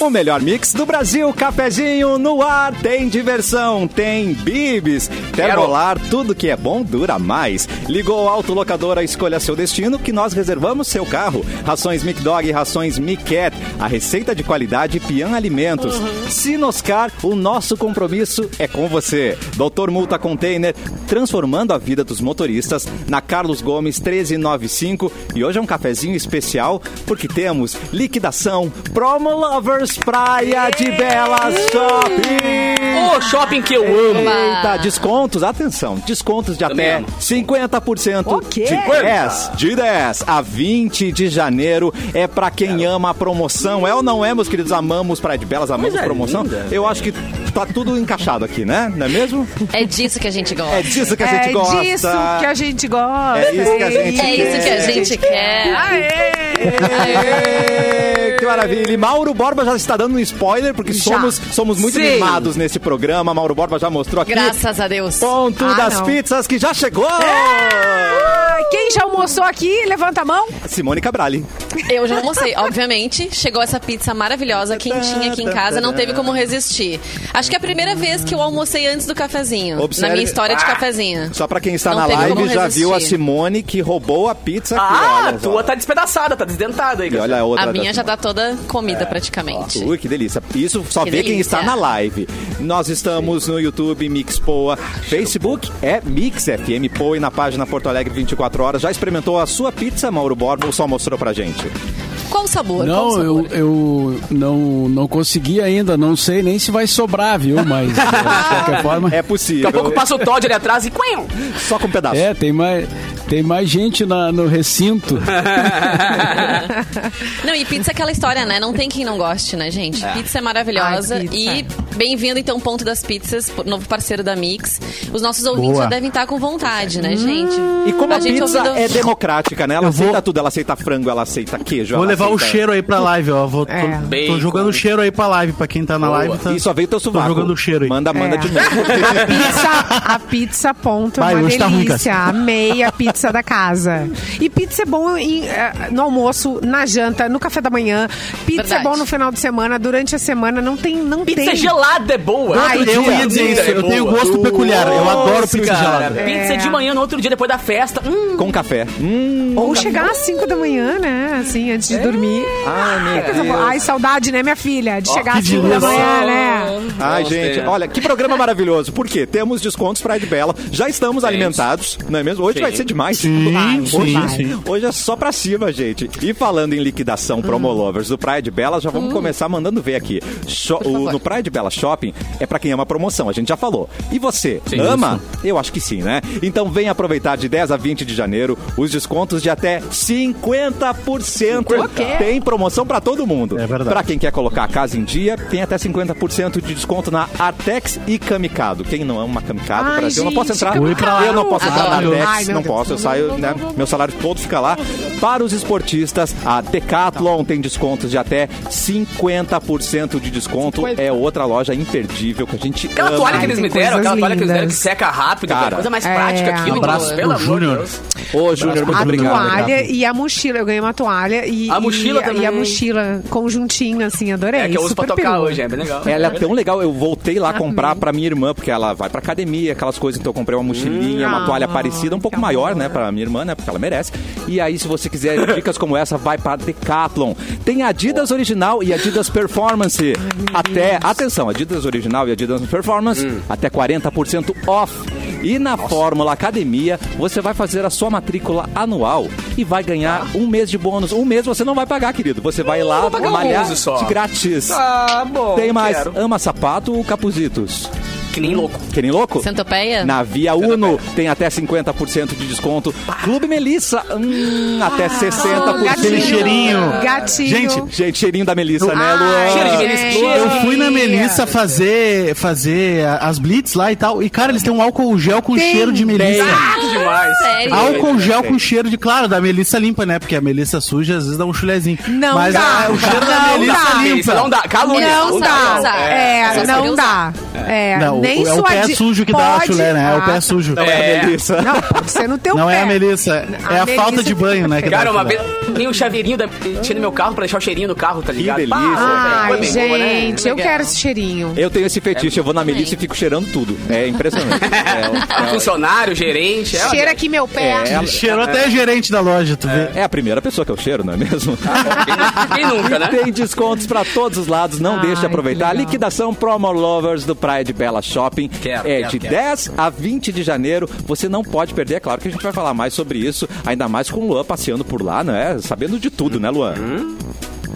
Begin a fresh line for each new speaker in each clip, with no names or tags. O melhor mix do Brasil, cafezinho no ar, tem diversão, tem bibis, termolar, tudo que é bom dura mais. Ligou o autolocadora, escolha seu destino que nós reservamos seu carro. Rações Mic Dog, rações Mic Cat, a receita de qualidade Pian Alimentos. Sinoscar, o nosso compromisso é com você. Doutor Multa Container, transformando a vida dos motoristas na Carlos Gomes 1395 e hoje é um cafezinho especial porque temos liquidação Promo Lovers Praia de Belas Shopping.
Ô, shopping que eu amo.
Eita, descontos, atenção, descontos de
Também
até
amo.
50%.
O quê?
De 10, de 10 a 20 de janeiro é pra quem ama a promoção. É ou não é, meus queridos? Amamos Praia de Belas, amamos
Coisa
promoção.
linda,
Eu acho que tá tudo encaixado aqui, né? Não é mesmo?
É disso que a gente
É
gosta.
disso que a gente
É
gosta.
disso que a gente gosta.
É isso que a gente
É isso que a gente quer.
Aê!
Ê, Que maravilha. E Mauro Borba já está dando um spoiler, porque
Já.
somos, somos muito
Sim.
mimados nesse programa. Mauro Borba já mostrou aqui.
Graças a Deus.
Ponto
Ah,
das
não.
pizzas que já chegou!
Ah, Quem já almoçou aqui, levanta a mão.
Simone Cabrali.
Eu já almocei, obviamente. Chegou essa pizza maravilhosa, quentinha aqui em casa, não teve como resistir. Acho que é a primeira vez que eu almocei antes do cafezinho.
Observe- Ah!
Na minha história de cafezinho.
Só pra quem está
Não
na
tem
live
como
já
resistir.
viu a Simone que roubou a pizza aqui.
Ah,
olha
a
só.
tua tá despedaçada, tá desdentada aí,
E olha
cara.
a outra. É,
A minha
da
já tá toda comida, praticamente.
Ui, que delícia. Isso só
Que
vê quem
delícia. Ah,
está na live. Nós estamos no YouTube Mixpoa. Facebook é Mix FM Poa e na página Porto Alegre 24 horas. Já experimentou a sua pizza, Mauro Borba, ou só mostrou pra gente?
Qual o sabor? Qual o
Não, eu,
sabor?
eu não, não consegui ainda, não sei nem se vai sobrar, viu? Mas é, de qualquer forma.
É
Daqui
possível.
a pouco passa o Todd ali atrás e... Quim!
Só com um pedaço.
É, tem mais, tem mais gente na- no recinto.
Não, e pizza é aquela história, né? Não tem quem não goste, né, gente? Pizza é maravilhosa.
Ai, pizza.
E bem-vindo, então, Ponto das Pizzas, novo parceiro da Mix. Os nossos ouvintes
Boa.
já devem estar com vontade, né, gente?
E como a,
gente
pizza
ouvindo-
é democrática, né? Ela
Eu vou-
aceita tudo. Ela aceita frango, ela aceita queijo.
Vou
ela
levar o
aceita-
cheiro aí pra live, ó. Vou, tô,
É.
tô
Bacon.
jogando o cheiro aí pra live, pra quem tá na live. Tá...
E só veio teu sovaco.
jogando o cheiro aí.
Manda, manda
É.
de novo.
A pizza, a pizza ponto é
Vai,
uma
hoje tá ruim,
delícia. Amei a pizza da casa. E pizza é bom em, eh, no almoço, na janta, no café da manhã. Pizza é
Verdade.
bom no final de semana, durante a semana. Não tem, não
Pizza
tem.
gelada é boa.
Ai,
Outro
eu
dia,
ia dizer isso,
pizza é
eu tenho
boa.
gosto peculiar. Eu adoro pizza
Nossa, cara,
gelada.
Pizza
É.
de manhã, no outro dia, depois da festa. Hum,
Com café. Hum.
Ou chegar às 5 da manhã, né? Assim, antes de dormir.
Ai, meu
Coisa boa. Ai, saudade, né, minha filha? De chegar
que
às 5 da
delícia.
manhã, né?
Ai,
Nossa,
gente,
é.
olha, que programa maravilhoso. Por quê? Temos descontos Praia de Bela. Já estamos alimentados, não é mesmo? Hoje
Sim.
vai ser demais.
Sim,
hoje,
sim, sim.
hoje é só pra cima, gente. E falando em liquidação Promo Lovers do Praia de Bela, já vamos começar mandando ver aqui. Sho- o,
favor.
no Praia de Bela Shopping é pra quem ama promoção, a gente já falou. E você, ama? Eu acho que sim, né? Então vem aproveitar de 10 a 20 de janeiro os descontos de até 50%. Tem promoção pra todo mundo.
É verdade.
Pra quem quer colocar a casa em dia, tem até 50% de desconto na Artex e Camicado. Quem não ama Camicado,
Ai,
Brasil, eu não
gente,
posso entrar.
Camicado.
Eu não posso entrar na
Adoro.
Artex,
Ai, meu
não
Deus.
posso. Eu saio, né? Meu salário todo fica lá. Para os esportistas, a Decathlon tem descontos de até 50% de desconto. É outra loja imperdível que a gente
aquela
ama.
toalha que eles me
tem
deram,
coisas
aquela toalha que eles deram que
lindas.
seca rápido,
Cara.
cara. coisa mais
É.
prática que
Um
aquilo,
abraço
então, pelo
pro
amor de
Júnior.
Deus.
Ô, Júnior, muito
a
obrigado.
toalha
obrigado.
e a mochila. Eu ganhei uma toalha e
A mochila
e,
também.
E a mochila conjuntinho, assim, adorei.
É que eu uso pra
Super
tocar
peru.
hoje, é bem legal.
Ela é tão legal, eu voltei lá comprar pra minha irmã, porque ela vai pra academia, aquelas coisas, então eu comprei uma mochilinha, uma
Ah,
toalha parecida, um pouco
que
maior,
amor.
né, pra minha irmã, né, porque ela merece. E aí, se você quiser dicas como essa, vai pra Decathlon. Tem Adidas Original e Adidas Performance. até, atenção, Adidas Original e Adidas Performance, até 40% off. E na Fórmula Academia, você vai fazer a sua matrícula anual e vai ganhar um mês de bônus. Um mês você não vai pagar, querido. Você vai lá
vou pagar um
malhar
onze só.
de grátis.
Ah, bom.
Tem mais.
quero.
Ama sapato ou capuzitos?
Que nem louco.
Que nem louco?
Centopeia?
Na Via Uno tem até 50% de desconto. Clube Melissa, hum, até 60%.
Aquele cheirinho.
Gatinho. Ah,
Gente,
Gente, cheirinho da Melissa, né,
Ai,
Luan?
Cheiro de
gente.
Melissa
eu fui na
Sim.
Melissa fazer, fazer a- as blitz lá e tal. E, cara, eles têm um álcool gel com
Tem,
cheiro de Melissa.
Que demais.
Sério?
Álcool gel com cheiro de. Claro, da Melissa limpa, né? Porque a Melissa suja às vezes dá um chulezinho.
Não
Mas
dá.
a- o cheiro da
Não
Melissa
dá.
limpa.
Isso não dá. Calúnia.
Não
Não sabe
dá.
usar.
É,
Só sabe
não dá.
usar.
É,
Não, o-
Nem
é o
sua
pé
di-
sujo que dá a
pode-
chulé, né? É
Ah,
o pé
tá.
sujo.
Não é,
É.
Melissa.
Não, pode ser no teu
Não
pé.
é a Melissa, é a,
Então Melissa
falta
que-
de banho, né? que dá
Cara, uma
chulé.
vez tem um chaveirinho da... tinha no meu carro pra deixar o cheirinho no carro, tá ligado?
delícia.
Pá,
Ai,
velho, foi bem boa, né?
gente, eu
Legal.
quero esse cheirinho.
Eu tenho esse fetiche, eu vou na Melissa e fico cheirando tudo. É impressionante.
Ah,
É,
Funcionário, gerente. é,
Cheira aqui meu pé.
É, ela-
Cheirou até gerente da loja, tu vê.
é a primeira pessoa que eu cheiro, não é mesmo?
Quem, quem nunca, né?
E tem descontos para todos os lados, não
Ai,
deixe de aproveitar.
que legal.
Liquidação Promo Lovers do Praia de Bela Shopping
Quero,
é
quero,
de
quero.
10 a 20 de janeiro. Você não pode perder, é claro que a gente vai falar mais sobre isso, ainda mais com o Luan passeando por lá, né? Sabendo de tudo, né, Luan?
Hum.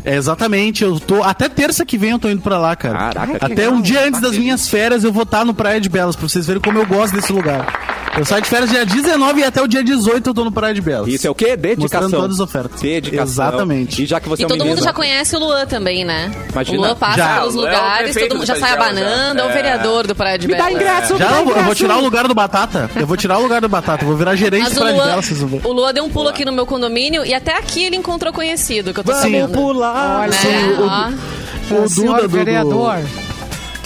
É, exatamente, eu tô. Até terça que vem eu tô indo pra lá, cara.
Caraca, que
até um dia antes das minhas férias eu vou estar no Praia de Belas, pra vocês verem como eu gosto desse lugar. Eu saio de férias dia 19 e até o dia 18 eu tô no Praia de Belas.
Isso é o quê? Dedicação.
Mostrando todas as ofertas.
Dedicação.
Exatamente.
E já que você
E
é um
todo
menino,
mundo já conhece o Luan também, né?
Imagina.
O Luan passa
Já.
pelos
O Luan é o
lugares,
prefeito
todo mundo já
do
sai
Brasil, já.
abanando, é o
É.
vereador do Praia de
Me dá
Belas.
ingresso, me
Já
dá
não, eu vou
ingresso.
tirar o lugar do Batata. Eu vou tirar o lugar do Batata. eu Vou virar gerente
Mas o
do Praia de
Luan,
Belas, vocês vão ver.
o Luan deu um pulo aqui no meu condomínio e até aqui ele encontrou conhecido, que eu tô
Vamos
sabendo.
pular.
Né?
Sim, o-
Ó.
O
senhor
Duda do,
vereador.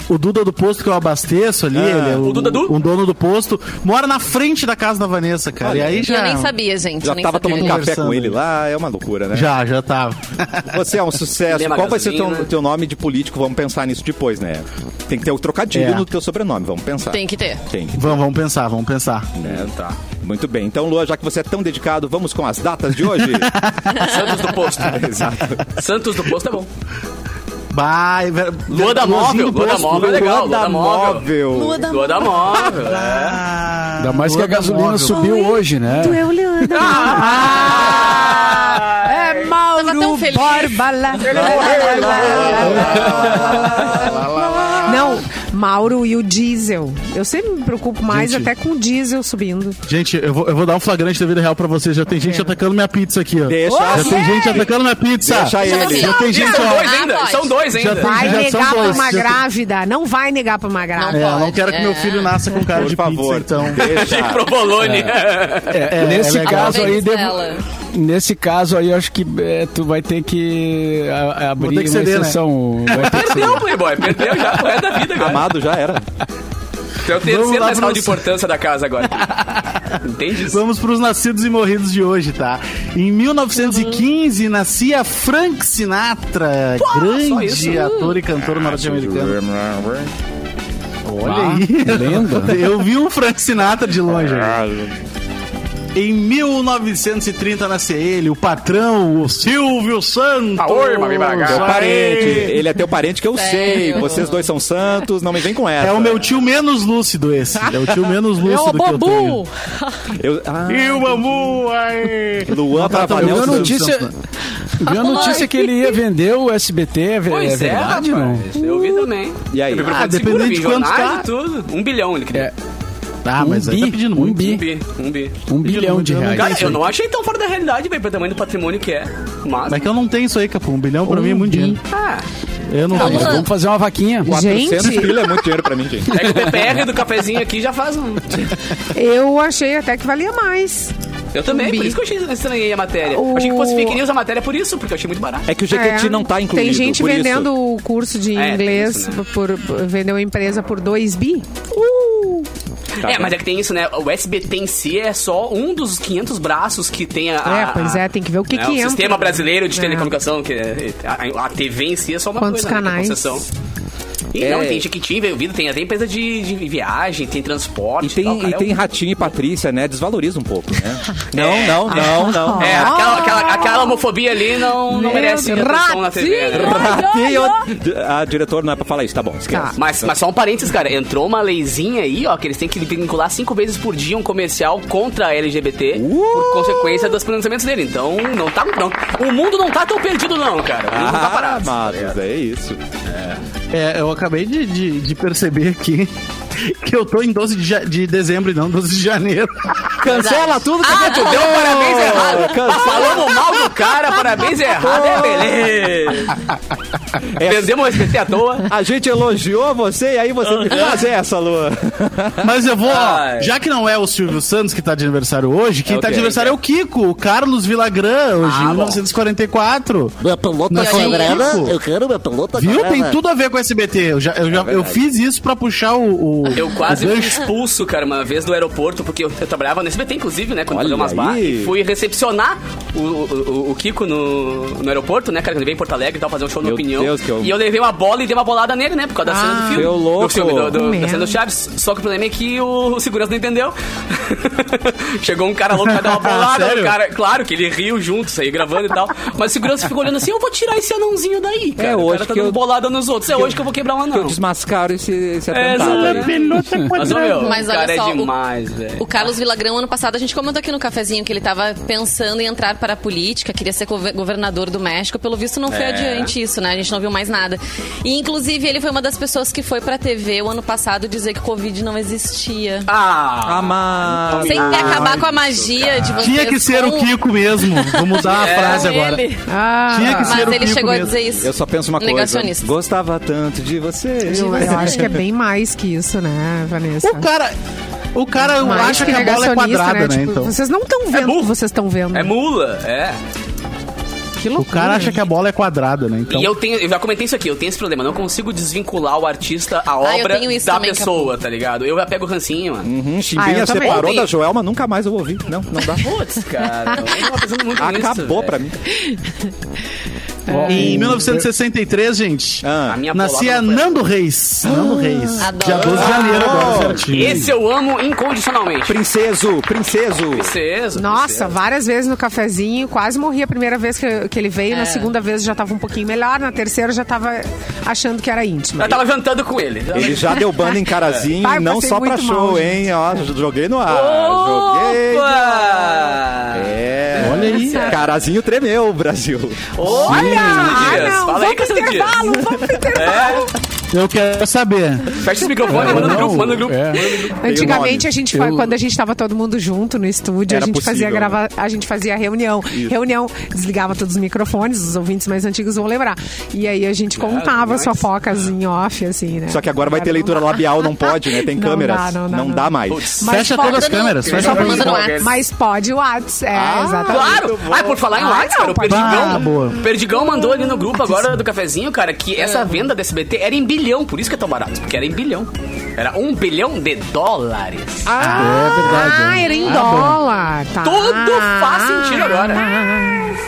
o Duda do posto que eu abasteço ali, ele é
o
o,
Duda do?
o dono do posto, mora na frente da casa da Vanessa, cara.
Olha.
e aí
E eu
já.
nem sabia, gente.
já
nem
tava
sabia.
tomando café com
Conversando.
ele lá, é uma loucura, né?
Já, já tá. tava.
Você é um sucesso.
Lema
Qual vai ser o teu,
gasolina.
teu nome de político? Vamos pensar nisso depois, né? Tem que ter o trocadilho
É.
no teu sobrenome, vamos pensar.
Tem que ter.
Tem que
vamos, vamos pensar, vamos pensar.
É, tá. Muito bem. Então, Lua, já que você é tão dedicado, vamos com as datas de hoje?
Santos do Posto.
Exato.
Santos do Posto é bom.
Vai, velho.
Lua da Móvel,
Luazinho do
tá
Lua da
posto.
Móvel é legal. Lua da
Luanda
Móvel.
Móvel.
Lua da
Lua da Móvel. é.
Ainda mais que a
Lua
gasolina
móvel.
subiu hoje, né?
Tu é o Leandro.
Ah!
É
Tava
Mauro
tão feliz.
Borba. lá. Não, Mauro e o Diesel. Eu sempre me preocupo mais
Gente.
até com o Diesel subindo.
Gente, eu vou, eu vou dar um flagrante da vida real pra vocês. Já tem gente atacando minha pizza aqui, ó.
Deixa, assim.
Já tem gente atacando minha pizza.
deixa ele.
Já tem
E
gente,
são
ó.
dois
Ah,
ainda.
pode.
São dois ainda.
tem-
Vai
Já são
negar pra
dois,
uma
já-
grávida. Não vai negar pra uma grávida.
É, eu não
Pode,
quero que
é.
meu filho nasça com cara
Por
de
favor,
pizza, então.
deixa.
Provolone.
É,
nesse
legal.
caso aí,
Parabéns
devo-
dela.
nesse caso aí, eu acho que é, tu vai ter que a- abrir
ter que ceder, né?
uma exceção. Vai ter que ceder.
Perdeu, Playboy. Perdeu já. Corre da vida, cara.
Amado já era.
É o terceiro
lá
sinal
pro-
de importância da casa agora. Entende isso?
Vamos para os nascidos e morridos de hoje, tá? Em 1915 nascia Frank Sinatra,
só
grande
isso?
ator e cantor norte-americano. Olha
Ah,
aí.
lenda.
Eu vi um Frank Sinatra de longe. Em 1930 nascia ele, o patrão, o Silvio Santos.
Aoi, Mami Ah, Braga.
Teu
Vai.
parente. Ele é teu parente que eu sei. Vocês dois são santos, não me vem com essa.
É o meu tio menos lúcido esse. É o tio menos lúcido que eu tenho.
Eu, ah,
E o Bambu, ai.
Luan
tá
Eu vi
Trabalhão
a
Não,
notícia,
não,
eu vi a notícia que ele ia vender o SBT. É, ve- é
Pois é,
verdade, não?
rapaz. Eu vi também.
E aí?
Eu vi propaganda
Ah, dependendo
segura,
de
vi
quantos
jornais
tá.
e tudo. Um bilhão ele queria.
É,
Ah,
um
mas aí tá
bi,
pedindo
um
muito.
bi.
Um bi, um bi.
um bilhão de reais.
Cara, eu não achei tão fora da realidade, velho, pro tamanho do patrimônio que é. Mas.
Mas que eu não tenho isso aí, Capu. Um bilhão pra
Um
mim é muito
bi.
dinheiro.
Ah,
Eu não
Tá
tenho.
bom.
Vamos fazer uma vaquinha.
400
Gente.
pila é muito dinheiro pra mim, gente.
é que o PPR do cafezinho aqui já faz um.
Eu achei até que valia mais.
Eu também,
Um bi.
por isso que eu achei, estranhei a matéria.
O-
Achei que fosse fake news a matéria por isso, porque eu achei muito barato.
É que o Jequiti
É.
não tá incluído.
Tem gente
por isso.
vendendo o curso de
É, tem
inglês,
isso, né?
por, por- vendeu a empresa por 2 bi.
Tá
é,
bom.
mas é que tem isso, né? O SBT em si é só um dos 500 braços que tem a. a-
É, pois é, tem que ver o que
né,
que
o
entra.
sistema brasileiro de
É.
telecomunicação, que é- a, a TV em si é só uma
Quantos
coisa, né, que é
canais?
concessão. E
É.
não, tem Chiquitinho envolvido, tem até empresa de, de viagem, tem transporte.
E tem,
tal, cara,
e
é
tem
um-
Ratinho e Patrícia, né? Desvaloriza um pouco, né? Não, não, não, não.
É, aquela, aquela, aquela homofobia ali não, não
Meu
merece
Deus.
atenção na TV. né?
Ratinho. A diretora não é pra falar isso, tá bom, esquece.
Mas, mas só um parênteses, cara. Entrou uma leizinha aí, ó, que eles têm que vincular cinco vezes por dia um comercial contra a LGBT por consequência dos pronunciamentos dele. Então, não tá. Não, o mundo não tá tão perdido, não, cara. O mundo não tá
Ah,
parado.
Matos, é isso.
É, eu acabei de, de, de perceber aqui que eu tô em 12 de, ja- de dezembro e não 12 de janeiro.
Cancela tudo que
Ah, tu deu um Tá parabéns errado. Falamos mal do cara, parabéns errado, é beleza. Perdemos o SBT à toa.
A gente elogiou você e aí você me faz essa, Luan.
Mas eu vou, ó,
Ai.
já que não é o Silvio Santos que tá de aniversário hoje, quem
É o
tá de
quê?
aniversário é o Kiko, o Carlos Villagrã, hoje,
Ah,
em
bom.
1944.
Minha pelota
Mas é
quadrada,
isso.
eu quero minha pelota tá
Viu?
quadrada.
Tem tudo a ver com o SBT. Eu, já, eu, já, eu fiz isso pra puxar o. o-
Eu quase
o
fui
gancho.
expulso, cara, uma vez do aeroporto, porque eu, eu trabalhava no SBT, inclusive, né? Quando
Olha
eu umas bar,
aí.
e fui recepcionar o, o- o- o Kiko no, no aeroporto, né, cara? Quando ele veio em Porto Alegre e tal, fazer um show no
Meu
opinião.
Deus, que eu-
E eu levei uma bola e dei uma bolada nele, né? Por causa da cena do filme.
meu louco.
Do filme do, do-
Meu.
da cena do Chaves. Só que o problema é que o, o segurança não entendeu. Chegou um cara louco pra dar uma bolada,
Sério?
o cara. Claro que ele riu junto, saiu gravando e tal. Mas o segurança ficou olhando assim, eu vou tirar esse anãozinho daí, cara. o
É, hoje
cara tá
que
dando
eu-
bolada nos outros. É hoje que eu vou quebrar um
Eu
anão.
desmascaro esse, esse
É,
atentado.
essa-
aí.
Mas, ô, meu,
Mas
o
olha
cara
só,
é
o-
demais, velho.
O Carlos Vilagrão, ano passado, a gente comentou aqui no cafezinho que ele estava pensando em entrar para a política, queria ser gover- governador do México. Pelo visto, não foi
É.
adiante isso, né? A gente não viu mais nada. E, inclusive, ele foi uma das pessoas que foi para a TV o ano passado dizer que o Covid não existia.
Ah,
Amar.
Sem querer acabar com a magia de vocês.
Tinha que ser o
com-
Kiko mesmo. Vou mudar a
É,
frase
com
agora.
ele.
Tinha que ser
Mas
o
ele
Kiko
chegou a
mesmo.
dizer isso.
Eu só penso uma coisa.
Negacionista.
Gostava tanto de você.
Eu, eu acho que é bem mais que isso, né, Vanessa?
O cara. O cara
Mais
acha que a bola é
negacionista,
quadrada, né?
Tipo,
então.
Vocês não estão vendo o que vocês estão vendo.
é mula, é.
que
O
loucura.
cara acha que a bola é quadrada, né? Então.
E eu tenho, eu já comentei isso aqui, eu tenho esse problema, eu não consigo desvincular o artista, a
Ah, eu
obra
tenho isso
da
também,
pessoa, tá ligado? Eu já pego o rancinho, mano.
Hum,
Ah,
Chimbinha
eu também.
separou
Ontem-
da Joelma, nunca mais eu ouvi. Não, não dá.
Putz, cara, eu tava pensando muito nisso,
Acabou
velho.
pra mim.
Em 1963, gente,
Ah.
A minha
nascia
bolada não foi
Nando Reis. Nando Reis.
Adoro.
Dia 12 de janeiro agora, certinho.
Esse é eu amo incondicionalmente.
Princeso, princeso.
Princeso.
Nossa,
princeso.
várias vezes no cafezinho, quase morri a primeira vez que, que ele veio, na
É.
segunda vez já tava um pouquinho melhor, na terceira já tava achando que era íntima.
Eu tava jantando com ele.
Ele já deu banda em carazinho, e
Pai, eu
não
Tá passei
só pra
muito
show,
mal,
hein? Ó, joguei no ar. Joguei. no ar.
Opa!
É.
Olha aí.
Carazinho tremeu, Brasil.
Olha!
Ah,
Dias,
não,
fala aí,
vamos pro
Cassiano Dias.
intervalo, vamos pro intervalo.
Eu quero saber.
Fecha esse microfone, manda no
não,
grupo, manda no grupo.
é.
Antigamente a gente fa-
Eu-
quando a gente estava todo mundo junto no estúdio, a
Era
gente fazia
possível,
grava, a gente fazia reunião. Reunião desligava todos os microfones, os ouvintes mais antigos vão lembrar. E aí a gente contava as fofocas em off assim, né?
Só que agora vai ter
não
leitura
dá.
labial, não pode, né? Tem
Não
câmeras.
dá, não dá, não dá.
mais.
Putz.
Mas
fecha
pode-
todas as câmeras.
Manda
Fecha
no-
todas
manda
as
no
câmeras.
WhatsApp.
Mas pode o Whats, é, exatamente.
Claro! Ah, por falar em
Ah,
Whats,
não,
cara, o
pode-
Perdigão,
Ah, boa.
o Perdigão mandou ali no grupo agora do cafezinho, cara, que essa venda da SBT era em bilhão, por isso que é tão barato, porque era em bilhão. Era um bilhão de dólares.
Ah,
É verdade, é.
era em
Ah,
dólar. Tá.
Tudo faz sentido agora.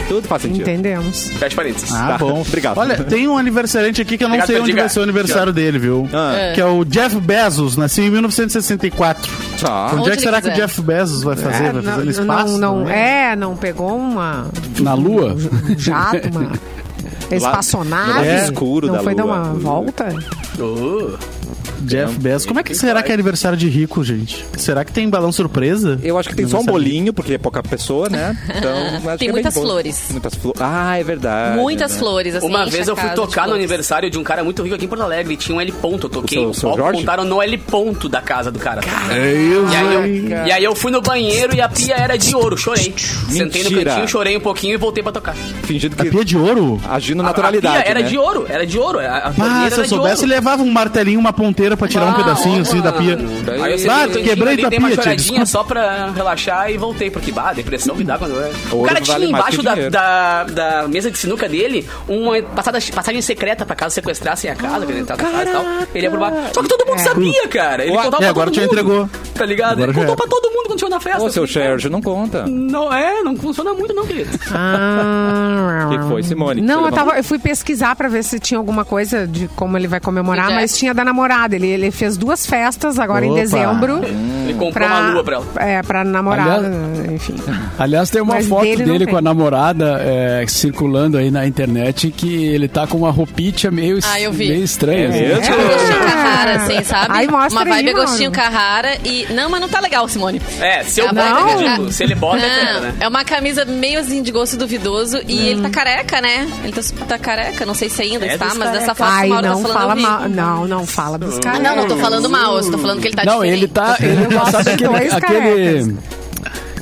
Tudo faz sentido.
Entendemos.
Fecha parênteses.
Ah,
Tá,
bom.
obrigado.
Olha, tem um aniversariante aqui que eu não
Obrigado, tá,
sei onde
Perdiga.
vai ser o aniversário dele, viu?
Ah.
Que é o Jeff Bezos, nasceu em 1964.
Tá.
Onde, é que
ele
será
quiser.
que o Jeff Bezos vai fazer?
É,
vai fazer no
não,
espaço?
não, não, é, não pegou uma
Na lua?
um jato, uma espaçonave. É.
no lado escuro
não
da
foi dar
lua.
uma volta?
Uh,
Jeff Bezos. Como é que será que é aniversário de rico, gente? Será que tem balão surpresa?
Eu acho que tem só um bolinho, porque é pouca pessoa, né? Então, acho que é
muitas
bem bom.
flores.
Muitas flores. Ah, é verdade.
Muitas
né?
flores, assim.
uma
enche
vez
a
eu fui
casa de
tocar no
flores.
aniversário de um cara muito rico aqui em Porto Alegre, e tinha um L ponto, eu toquei,
O seu- o seu
o palco
Jorge?
montaram no L ponto da casa do cara.
É isso.
E aí, eu, e aí eu fui no banheiro e a pia era de ouro, chorei. Sentei no
Mentira.
cantinho, chorei um pouquinho e voltei pra tocar.
Fingindo
A
que
pia de ouro?
agindo
A-
naturalidade.
A pia era
né?
de ouro, era de ouro. A, a
Ah,
torneira
é
se eu
era de
soubesse,
ouro.
levava um martelinho, uma ponteira pra tirar um pedacinho assim da pia.
Aí eu
Ah,
sentei no
quebrei
cantinho
tua
ali, dei uma
pia, tia.
choradinha
Desculpa.
só pra relaxar e voltei, porque, bah, a depressão me dá quando eu... é. O
Ouro
cara
vale
tinha
mais que
embaixo da,
dinheiro.
da, da mesa de sinuca dele uma passada, passagem secreta pra caso sequestrassem a casa, que ele entrava na casa e tal. Ele ia pro bar. Só que todo
É.
mundo sabia, cara. Ele
Ué,
contava
é,
pra
agora
todo
já
mundo.
entregou.
Tá ligado?
Agora
ele
já é.
contou
era.
pra todo mundo quando chegou na festa.
Ô, seu
Eu
assim, né?
falei,
Sérgio, não conta.
Não é, não funciona muito não, querido.
Ah.
O que foi, Simone?
Não,
Você
eu, tava, eu fui pesquisar pra ver se tinha alguma coisa de como ele vai comemorar,
Do
mas
Jack.
tinha da namorada. Ele, ele fez duas festas agora em
Opa.
dezembro.
Ele comprou uma lua pra ela.
É, pra namorada, enfim. É,
Aliás, tem uma
Mas
foto
dele
dele,
não tem.
com a namorada é, circulando aí na internet que ele tá com uma roupinha meio,
Ah, eu vi.
meio estranha. assim.
mesmo?
É um Agostinho
Ah.
Carrara, assim, sabe?
Aí mostra
Uma vibe
aí,
Agostinho
Mauro.
Carrara e... Não, mas não tá legal, Simone.
É, se eu
Tá
boto,
bom.
eu digo, se ele bota, é fera,
Não,
né?
é uma camisa meio assim de gosto duvidoso e ele
Hum.
tá careca, né? Ele tá, tá careca, não sei se ainda
É
está,
dos
mas dessa foto que
Ai,
o Mauro
não
tá falando
fala
eu vi.
mal. Não, não fala dos
Ah,
caras. É,
Não, não tô falando mal, eu só tô falando que ele tá
Não,
diferente.
ele tá. Ele tá
gosto
sabe
de
aquele.
dois
aquele
carecas.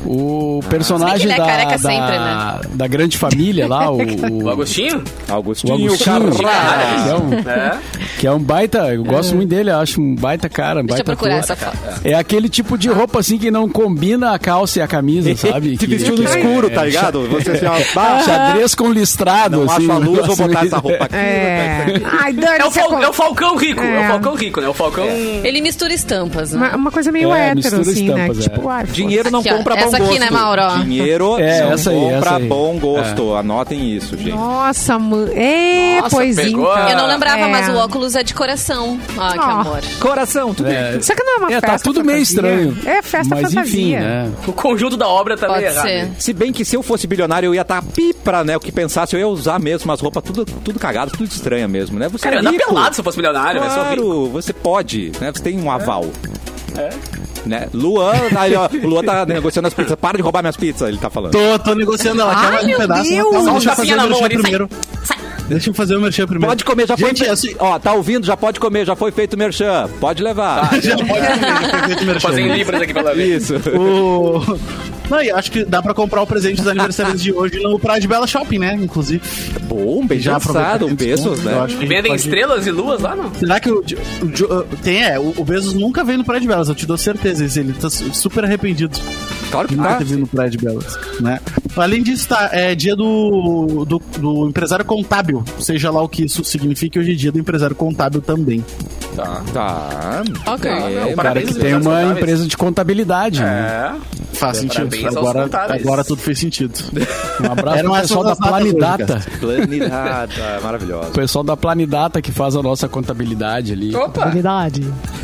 O personagem
Se bem que ele é
da,
careca
da,
sempre, né?
da grande família lá, o, o,
O Agostinho?
o
Augustinho
Agostinho,
Carrara.
que é um-
É.
que é um baita, eu gosto muito dele, eu acho um baita cara, um
Deixa
baita
tá
eu procurar
ator.
essa foto.
É aquele tipo de roupa assim que não combina a calça e a camisa, sabe?
Te
Que-
vestiu no
que é-
escuro, tá ligado? Você assim, ó, baixa.
Xadrez com listrado,
Não
assim.
acho a
um
luz, vou
negócio
botar
meio-
essa roupa aqui.
É. Ai, Dani,
É o,
você
Fal-
con-
é o Falcão Rico, é. o
É.
Falcão Rico, né? O Falcão.
Hum.
Ele mistura estampas, né?
uma, uma coisa meio
É,
hétero,
mistura
assim, né?
estampas, é.
Tipo, ai,
Dinheiro não
Aqui, ó.
compra bom
Essa
gosto.
aqui, né, Mauro, ó?
Dinheiro
É,
não
essa aí,
compra
essa aí.
bom gosto. Anotem isso, gente.
Nossa, mãe. É,
Nossa,
pois
pegou
então.
a-
Eu não lembrava,
É.
mas o óculos é de coração. Ah, que
Ó.
amor.
Coração, tudo bem.
É,
Será que não é uma
é,
festa?
tá tudo meio
fantasia?
estranho.
É festa
Mas
fantasia.
enfim,
É, um
né?
O conjunto da obra tá meio
Pode
errado.
ser.
Se bem que se eu fosse bilionário, eu ia estar pipra, né? O que pensasse, eu ia usar mesmo as roupas tudo, tudo cagado, tudo estranha mesmo, né? Você
Cara, eu
é
ia andar
rico. É,
pelado se eu fosse milionário, né? Só rico.
Claro, você pode, né? Você tem um aval. Né? Luan, aí, ó, o Luan tá negociando as pizzas. Para de roubar minhas pizzas, ele tá falando.
Tô, tô negociando ela. Quer
Ai,
mais um
meu
pedaço?
Deus!
Calma,
Só
um
deixa eu
tapinha
fazer o
na
merchan
mão ali,
primeiro. Deixa eu fazer o merchan primeiro.
Pode comer, já foi.
Gente,
fe-
assim,
Ó, tá ouvindo, já pode comer, já foi feito o merchan. Pode levar.
já pode comer, já foi feito o merchan.
Fazendo libras aqui pela vez.
Isso.
O... Não, e acho que dá pra comprar o presente dos aniversários de hoje no Praia de Bela Shopping, né? Inclusive.
Bom, bem
Já
lançado, um pesos, né?
Eu acho que a gente
Vendem
pode-
estrelas e luas lá, não?
Será que o, Jo- o Jo- tem é, o, o Bezos nunca veio no Praia de Belas, eu te dou certeza, esse, ele tá su- super arrependido
Claro que
de nunca
tá.
ter vindo no Praia de Belas, né? Além disso, tá, é dia do, do, do empresário contábil, seja lá o que isso signifique, hoje em dia é do empresário contábil também.
Tá. Tá.
Ok.
É,
Não,
um
Cara
parabéns,
que tem
aos
uma
saudáveis.
empresa de contabilidade, né?
É.
Faz sentido,
parabéns aos
agora,
contábeis.
agora tudo fez sentido.
Um abraço
Eram
pro pessoal da
essas as datas
Planidata.
hoje,
é
Planilhada, maravilhosa.
o pessoal da Planidata que faz a nossa contabilidade ali.
Opa!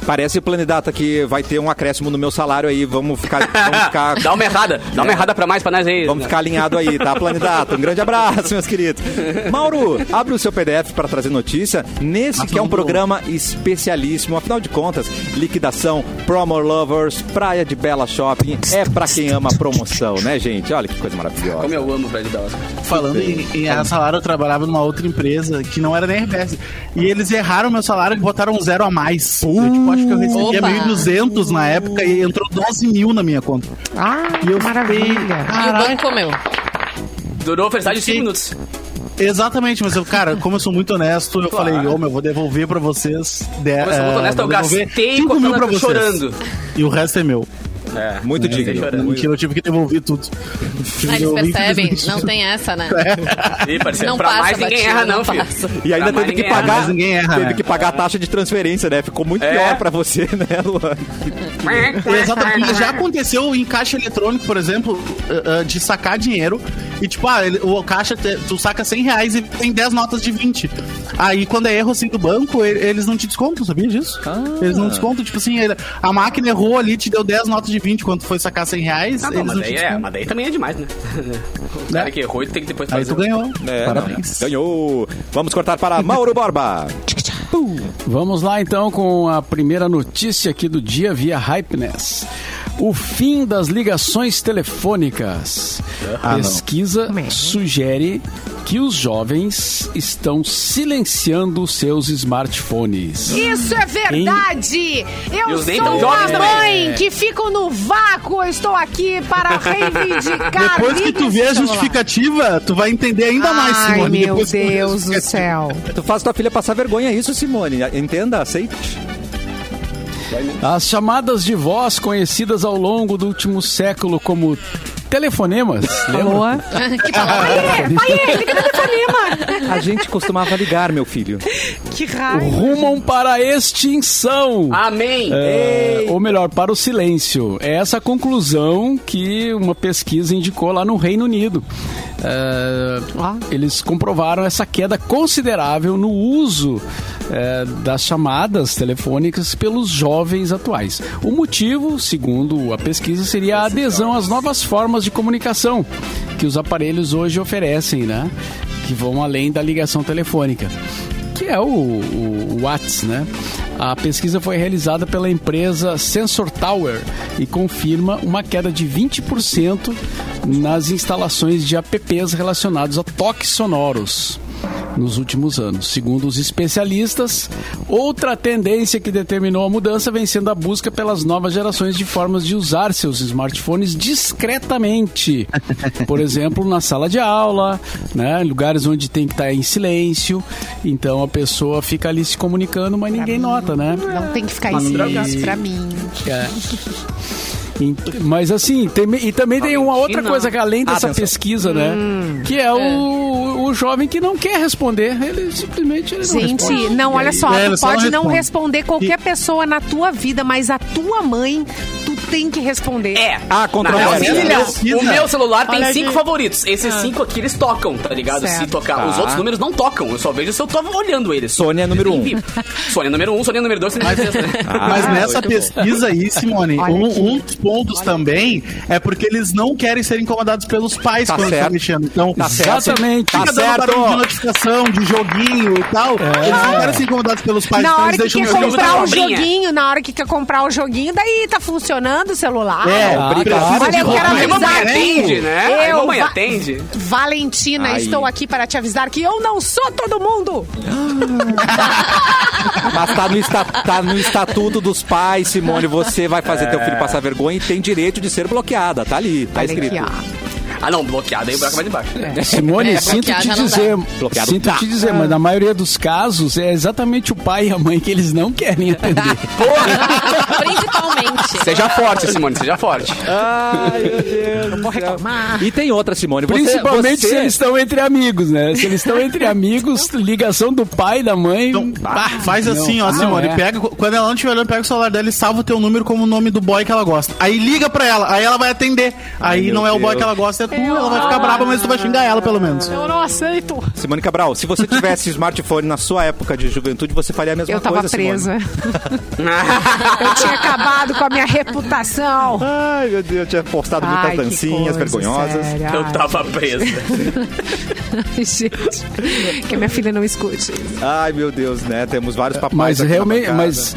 Parece o Planidata que vai ter um acréscimo no meu salário aí. Vamos ficar. Vamos ficar, É.
Dá um né? uma errada, dá uma errada pra mais pra nós aí.
vamos ficar alinhado aí, tá, Planidata? Um grande abraço, meus queridos. Mauro, abre o seu PDF para trazer notícia. Nesse que é um programa especialíssimo. Afinal de contas, liquidação, promo lovers, praia de Bela Shopping. É pra quem ama promoção, né, gente? Olha que coisa
Como
maravilhosa.
eu amo o Fred Dawson.
Falando em, em a salário, eu trabalhava numa outra empresa que não era nem RBS. E eles erraram meu salário e botaram um zero a mais. eu, tipo, acho que eu recebia
Opa.
1.200 na época e entrou 12 mil na minha conta.
Ah,
E eu fiquei,
maravilha.
E o
"Caralho".
banco comeu.
Durou a felicidade 5 minutos.
Exatamente, mas eu, cara, como eu sou muito honesto, eu
Claro.
falei, ô, meu, eu vou devolver pra vocês. De, eh,
Como eu sou muito honesto, eu gastei com
cinco mil
aquela
pra
que eu
vocês.
chorando.
E o resto é meu.
É.
Muito digno.
chorando.
Muito-
Mentira, eu tive que devolver tudo.
Ah, eles percebem, não tem essa, né?
É. Ih, parceiro,
Não
pra
passa,
mais ninguém
Batinha,
erra,
não
não, filho.
passa.
E ainda
Pra mais
teve que
ninguém erra.
pagar.
Mas ninguém erra,
Teve
né?
que pagar a taxa de transferência, né? Ficou muito
É.
pior pra você, né, Luan?
Exatamente. Já aconteceu em caixa eletrônico, por exemplo, eh, eh, de sacar dinheiro e tipo, ah, ele- o caixa, te- tu saca 100 reais e tem 10 notas de 20. Aí quando é erro assim do banco, e- eles não te descontam, sabia disso? Eles não descontam, tipo assim, ele- a máquina errou ali, te deu 10 notas de 20 quando tu foi sacar 100 reais.
Ah, não,
eles
mas,
não
daí
te
é,
descontam.
mas daí também é demais, né? O cara que errou, ele tem que depois
Aí
fazer. um.
tu ganhou.
É,
Parabéns.
não, ganhou. Vamos cortar para Mauro Borba.
Vamos lá então com a primeira notícia aqui do dia via Hypeness. O fim das ligações telefônicas.
Ah,
Pesquisa
é?
sugere que os jovens estão silenciando seus smartphones.
Isso é verdade!
E
Eu
os nem
sou
tão
uma
jovens também. É.
mãe que fico no vácuo, eu estou aqui para reivindicar.
Depois que
livre
tu vê a
celular.
justificativa, tu vai entender ainda mais,
Ai,
Simone.
meu
Depois que tu vê a assim.
Deus do
justificativa.
céu.
Tu faz tua filha passar vergonha, é isso, Simone. Entenda, aceite.
As chamadas de voz conhecidas ao longo do último século como telefonemas, né? lembra?
Boa.
que palavra.
Aí, liga no telefonema.
A gente costumava ligar, meu filho.
Que raio.
rumam para a extinção.
Amém!
É, ou melhor, para o silêncio. É essa a conclusão que uma pesquisa indicou lá no Reino Unido. É,
Ó.
eles comprovaram essa queda considerável no uso é, das chamadas telefônicas pelos jovens atuais. O motivo, segundo a pesquisa, seria a adesão às novas formas de comunicação que os aparelhos hoje oferecem, né? Que vão além da ligação telefônica que é o, o, o Whats, né? A pesquisa foi realizada pela empresa Sensor Tower e confirma uma queda de 20% nas instalações de apps relacionados a toques sonoros. nos últimos anos. Segundo os especialistas, outra tendência que determinou a mudança vem sendo a busca pelas novas gerações de formas de usar seus smartphones discretamente. Por exemplo, na sala de aula, né, em lugares onde tem que estar em silêncio. Então a pessoa fica ali se comunicando, mas ninguém nota, né?
Não tem que ficar em silêncio pra mim.
É. Em- Mas assim, tem- e também tem uma outra
Valentina.
coisa que além dessa
Atenção.
pesquisa, né? Que é, O, o jovem que não quer responder. Ele simplesmente ele não
Gente,
responde.
não, olha só,
É,
tu
só não
pode não
responde.
responder qualquer pessoa na tua vida, mas a tua mãe, tu tem que responder.
É.
Ah, controvérsia.
Na real, sim,
Pesquisa.
O meu celular tem
Olha
cinco
aqui.
favoritos. Esses cinco aqui eles tocam, tá ligado? Se
Certo.
tocar. Os
Tá.
outros números não tocam. Eu só vejo se eu tô olhando eles.
Sônia é número um.
Enfim, Sônia é número um, Sônia é número dois, Sônia é número três. né?
Mas
Ah,
nessa
muito bom.
pesquisa aí, Simone,
Olha
um,
aqui.
um dos pontos também é porque eles não querem ser incomodados pelos pais
Tá
quando estão
certo.
mexendo. Então,
Tá certo.
Exatamente.
Tá
Fica dando
certo.
barulho de notificação, de joguinho e tal. Eles não querem ser incomodados pelos pais.
É. Na
então
hora que
eles
quer
deixam o jogo
comprar um o
na cobrinha.
joguinho, na hora que quer comprar o joguinho, daí tá funcionando o celular.
É,
Ah,
precisa
claro.
de
Olha, eu quero
roupa.
Aí mamãe
avisar
atende,
aqui.
né? Aí
Eu
mamãe
va-
atende.
Valentina,
Aí.
estou aqui para te avisar que eu não sou todo mundo.
Mas tá no, esta- tá no estatuto dos pais, Simone. Você vai fazer teu filho passar vergonha e tem direito de ser bloqueada. Tá ali, tá
É. Olha
escrito.
aqui,
Ah, não, bloqueado aí o buraco vai de baixo.
Simone,
É,
sinto
bloquear
te
já não
dizer,
Bloqueado
sinto
dá.
te dizer, mas na maioria dos casos é exatamente o pai e a mãe que eles não querem atender.
Principalmente.
Seja forte, Simone, seja forte.
Ah. Ai, meu Deus. Vou reclamar. E tem outra, Simone. Você-
Principalmente
você-
se eles estão entre amigos, né? Se eles estão entre amigos, ligação do pai e da mãe.
Então,
bah,
faz
não,
assim, ó,
ah,
não
Simone.
é.
Pega, quando ela não estiver olhando, pega o celular dela e salva o teu número como o nome do boy que ela gosta. Aí liga pra ela, aí ela vai atender. Aí
meu
não é o boy
Deus.
que ela gosta, é tu. Ela vai ficar brava, mas tu vai xingar ela, pelo menos.
ó. Eu não aceito.
Simone Cabral, se você tivesse smartphone na sua época de juventude, você faria a mesma
Eu
coisa,
tava
Simone.
presa. eu tinha acabado com a minha reputação.
Ai, meu Deus, eu tinha postado
Ai,
muitas
que
dancinhas
coisa,
vergonhosas.
sério.
Eu
Ai,
tava presa.
gente, que a minha filha não escute.
Ai, meu Deus, né? Temos vários papais.
Mas
aqui na
realmente,
bancada.
mas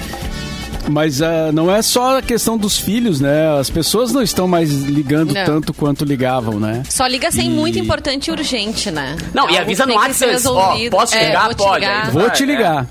mas ah, não é só a questão dos filhos, né? As pessoas não estão mais ligando
Não.
tanto quanto ligavam, né?
Só liga sem muito importante e urgente, né?
Não, e
Algo
avisa
que
no
tem que ser
WhatsApp. Ó,
resolvido.
posso
É,
chegar?
vou te
Pode.
ligar.
Aí tu
Vou
vai,
te
é.
ligar.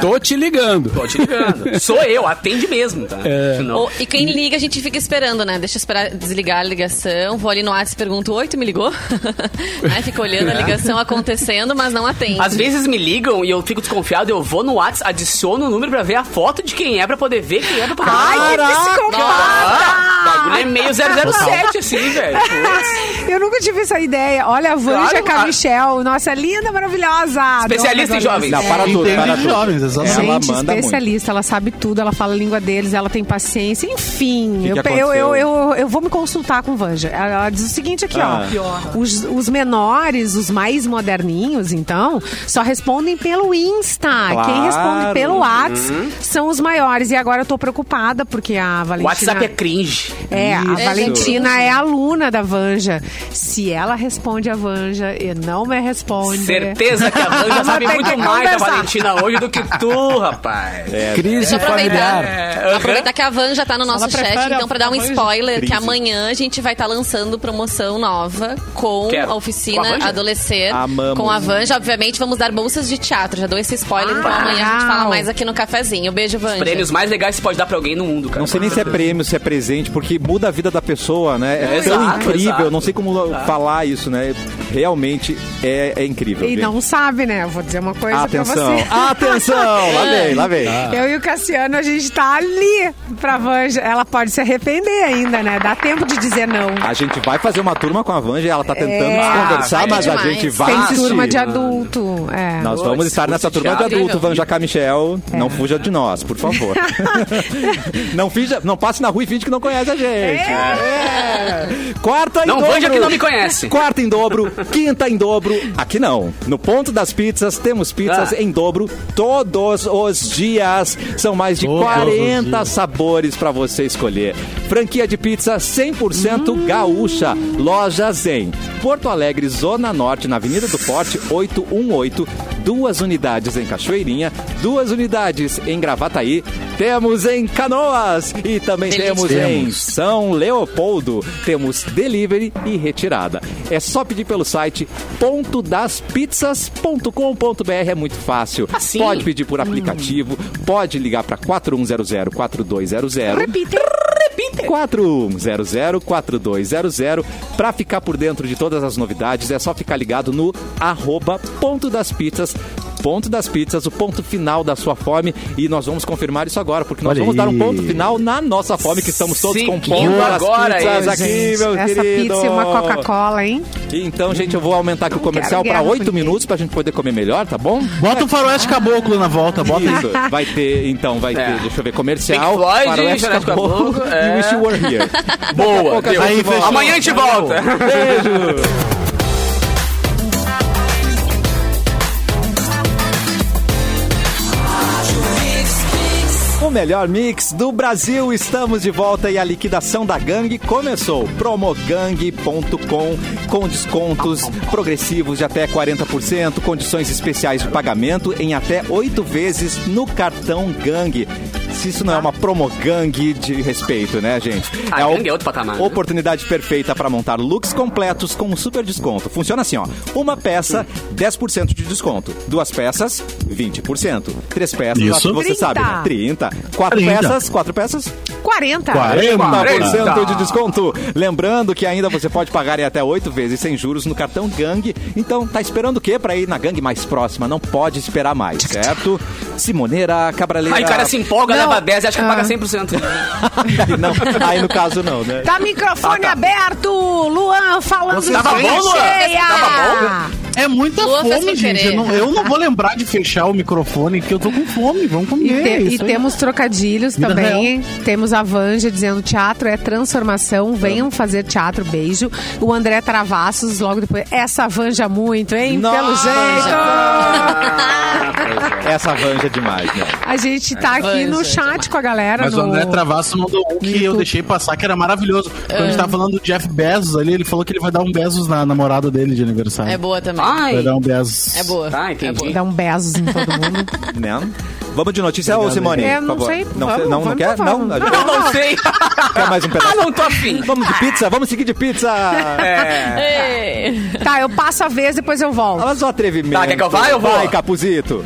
Tô te ligando.
Tô te ligando. Sou eu, atende mesmo, tá?
É.
Senão-
Ou- e quem liga, a gente fica esperando, né? Deixa eu esperar desligar a ligação. Vou ali no WhatsApp e pergunto: Oi, tu me ligou? Aí fica olhando a
É.
ligação acontecendo, mas não atende.
Às vezes me ligam e eu fico desconfiado, eu vou no WhatsApp, adiciono o número pra ver a foto de quem é, pra poder ver quem é, pra poder...
Ai, que psicopata!
Ah, bagulho é meio 007, assim, velho. Putz.
Eu nunca tive essa ideia. Olha, a Vanja
Claro,
Carmichel, nossa é linda, maravilhosa.
Especialista em
Adoro, adoro.
jovens.
Não, para tudo,
Entende
para
de
tudo. É.
jovens, exatamente.
Ela
Gente,
manda muito.
especialista, ela sabe tudo, ela fala a língua deles, ela tem paciência, enfim.
que
eu,
que
eu, eu,
aconteceu?
eu, eu vou me consultar com Vanja. Ela ela diz o seguinte aqui,
Ah.
ó. Os, os menores, os mais moderninhos, então, só respondem pelo Insta. Quem responde pelo Whats
Uhum.
são os maiores. E agora eu tô preocupada, porque a
O
Valentina.
WhatsApp é cringe.
É, a
Isso.
Valentina é aluna da Vanja. Se ela responde a Vanja e não me responde.
Certeza que a Vanja
é? Vamos
sabe
ter
muito
que
mais da
conversar.
Valentina hoje do que tu, rapaz.
É.
Crise
aproveitar.
familiar.
Aproveitar que a Van já tá no nosso chat,
prefere
então,
a-
pra dar um
a Van-
spoiler,
Crise.
que amanhã a gente vai estar lançando promoção nova com
Quero.
a
Com a
oficina
Vanja?
Adolescer.
Amamos.
Com a Vanja, obviamente, vamos dar bolsas de teatro. Já dou esse spoiler, então amanhã a gente
legal.
fala mais aqui no cafezinho. Beijo, Vanja.
Prêmios mais legais que você pode dar pra alguém no mundo, cara.
Não sei nem se é prêmio, se é presente, porque muda a vida da pessoa, né? É, tão
Exato,
incrível,
exato.
não sei como falar isso, né? Realmente é, é incrível.
E
gente.
não sabe, né? Eu vou dizer uma coisa
Atenção, Ah.
pra você.
atenção!
É. Ah.
Lá vem, lá vem.
Eu e o Cassiano, a gente tá ali pra Vanja. Ela pode se arrepender ainda, né? Dá tempo de dizer não.
A gente vai fazer uma turma com a Vanja, ela tá tentando
É.
conversar,
Ah,
mas
vai
a
demais.
gente vai
Tem
assistir.
turma de adulto. É.
Nós
Putz,
vamos estar nessa
putz,
turma de
já.
adulto, Vanja K. Michel. Não fuja de nós, por favor. não, finja, não passe na rua e finge que não conhece a gente. É. Quarta em
Não
dobro.
vanja que não me conhece.
Quarta em dobro, quinta em dobro. Aqui não. No ponto das pizzas, temos pizzas
Ah.
em dobro todos os dias. São mais de
Todos os
40
dias.
sabores para você escolher. Franquia de pizza 100%
Hum.
gaúcha. Lojas em Porto Alegre, Zona Norte, na Avenida do Forte, 818. Duas unidades em Cachoeirinha, duas unidades em Gravataí. Temos em Canoas e também
Delícia.
temos em São Leopoldo. Temos delivery e retirada. É só pedir pelo site pontodaspizzas.com.br. É muito fácil.
Assim?
Pode pedir por aplicativo, pode ligar um para 4100-4200.
Repita.
4100-4200. Pra ficar por dentro de todas as novidades, é só ficar ligado no arroba ponto das pizzas. Ponto das pizzas, o ponto final da sua fome. E nós vamos confirmar isso agora, porque nós
Olha
vamos dar um
aí.
ponto final na nossa fome, que estamos todos com ponto
Seguindo
das
agora,
pizzas
hein,
aqui, meu
Essa
querido.
pizza e uma Coca-Cola, hein?
Então, gente, eu vou aumentar aqui o comercial
quero
pra
guerra,
8
porque-
minutos pra gente poder comer melhor, tá bom?
Bota o faroeste caboclo na volta, bota
Isso, vai ter, então, vai ter, deixa eu ver, comercial,
É. Pink Floyd,
Faroeste
Jonathan
Caboclo
Caboclo,
e
é.
Wish You Were Here.
Boa,
Daqui a pouco
deu.
a gente
Aí,
volta.
fechou.
Amanhã a gente volta.
Beijo. O melhor mix do Brasil, estamos de volta e a liquidação da gangue começou. Promogang.com com descontos progressivos de até 40%, condições especiais de pagamento em até oito vezes no cartão gangue. Se isso não é uma promogang de respeito, né, gente?
Tá. A
o-
gangue é outro patamar, né?
Oportunidade perfeita para montar looks completos com um super desconto. Funciona assim, ó. Uma peça, 10% de desconto. Duas peças, 20%. Três peças,
Isso.
acho que você
30.
sabe, né? 30. Quatro
30.
peças, quatro peças,
40.
40% de desconto. Lembrando que ainda você pode pagar em até oito vezes sem juros no cartão Gang. Então, tá esperando o quê para ir na Gang mais próxima? Não pode esperar mais, certo? Simoneira, Cabraleira...
Aí o cara se empolga,
Não.
leva 10 e acha que
Ah.
paga 100%.
Aí não, aí no caso não, né?
Tá microfone aberto, Luan falando
Você
de
tava
boca
bom, Luan?
cheia.
Tava
É muita
Lua fez
fome,
sem
gente.
querer.
Eu não, eu não vou lembrar de fechar o microfone, que eu tô com fome. Vamos
E,
comer.
te- e
É isso aí.
temos trocadilhos
Vida
também. Temos a Vanja dizendo teatro é transformação, venham fazer teatro, beijo. O André Travassos logo depois. Essa Vanja muito, hein? Pelo
Nossa!
jeito.
Essa vanja é demais, né?
A gente tá aqui no chat com a galera.
Mas
no...
o André Travasso mandou um que eu deixei passar, que era maravilhoso. Quando
Ah.
a gente tava falando do Jeff Bezos ali, ele falou que ele vai dar um Bezos na namorada dele de aniversário.
É boa também.
Vai
Ai.
dar um Bezos.
É boa.
Tá, entendi.
Dá um beijo em todo mundo.
Né? Vamos de notícia ou Simone?
É,
por
não
favor.
sei.
Não,
Vamos,
não, não
vamos,
quer?
por
Não,
favor.
a gente
Eu não sei.
quer mais um
Ah,
pedaço.
não tô afim.
Vamos de pizza, vamos seguir de pizza.
É.
Ei.
tá, eu passo a vez, depois eu volto.
Olha só o atrevimento.
Tá, quer que eu vá? Eu vou.
Vai, Capuzito.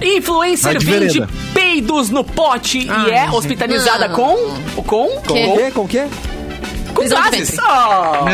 Influencer
Vai de
vende
vereda.
peidos no pote e é hospitalizada
Não.
com. Com.
Com
Que?
o quê? Com o quê?
Com
Prisão de
gases. Oh.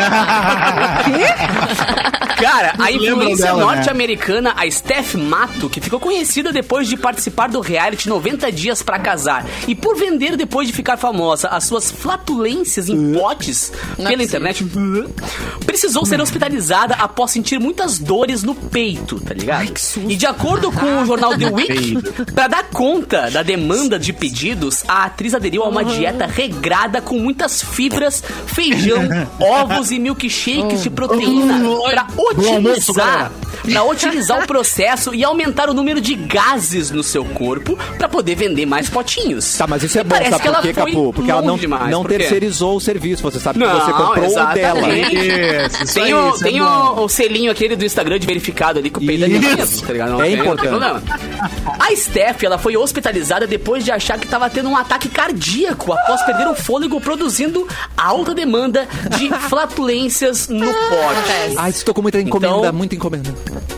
Cara, a
lembram
influencer
dela, né?
norte-americana, a Steph Mato, que ficou conhecida depois de participar do reality 90 Dias pra Casar e por vender depois de ficar famosa as suas flatulências em potes
Não é
pela
possível.
internet, uh, precisou ser hospitalizada após sentir muitas dores no peito, tá ligado? E de acordo com o jornal The Week, pra dar conta da demanda de pedidos, a atriz aderiu a
Uhum.
uma dieta regrada com muitas fibras, feijão, ovos e milkshakes
Oh.
de proteína
Hum,
pra
Bom almoço,
otimizar
galera.
para otimizar o processo e aumentar o número de gases no seu corpo para poder vender mais potinhos.
Tá, mas isso é
E
bom,
parece
sabe
que
por
ela
quê,
foi
Capu? Porque ela
longe
não,
demais,
não
por quê?
terceirizou o serviço. Você sabe que
Não,
você comprou o dela.
exatamente.
Isso, isso
Tem,
aí,
o,
isso
tem
é
o-
bom.
o selinho aquele do Instagram de verificado ali com o peido ali
Isso.
dentro, tá ligado? Não
É
tem- não tem
importante.
problema. A Steph, ela foi hospitalizada depois de achar que estava tendo um ataque cardíaco após perder o fôlego produzindo alta demanda de flatulências no pote.
Acontece.
Ai, estou com muita encomenda,
Então-
muita encomenda.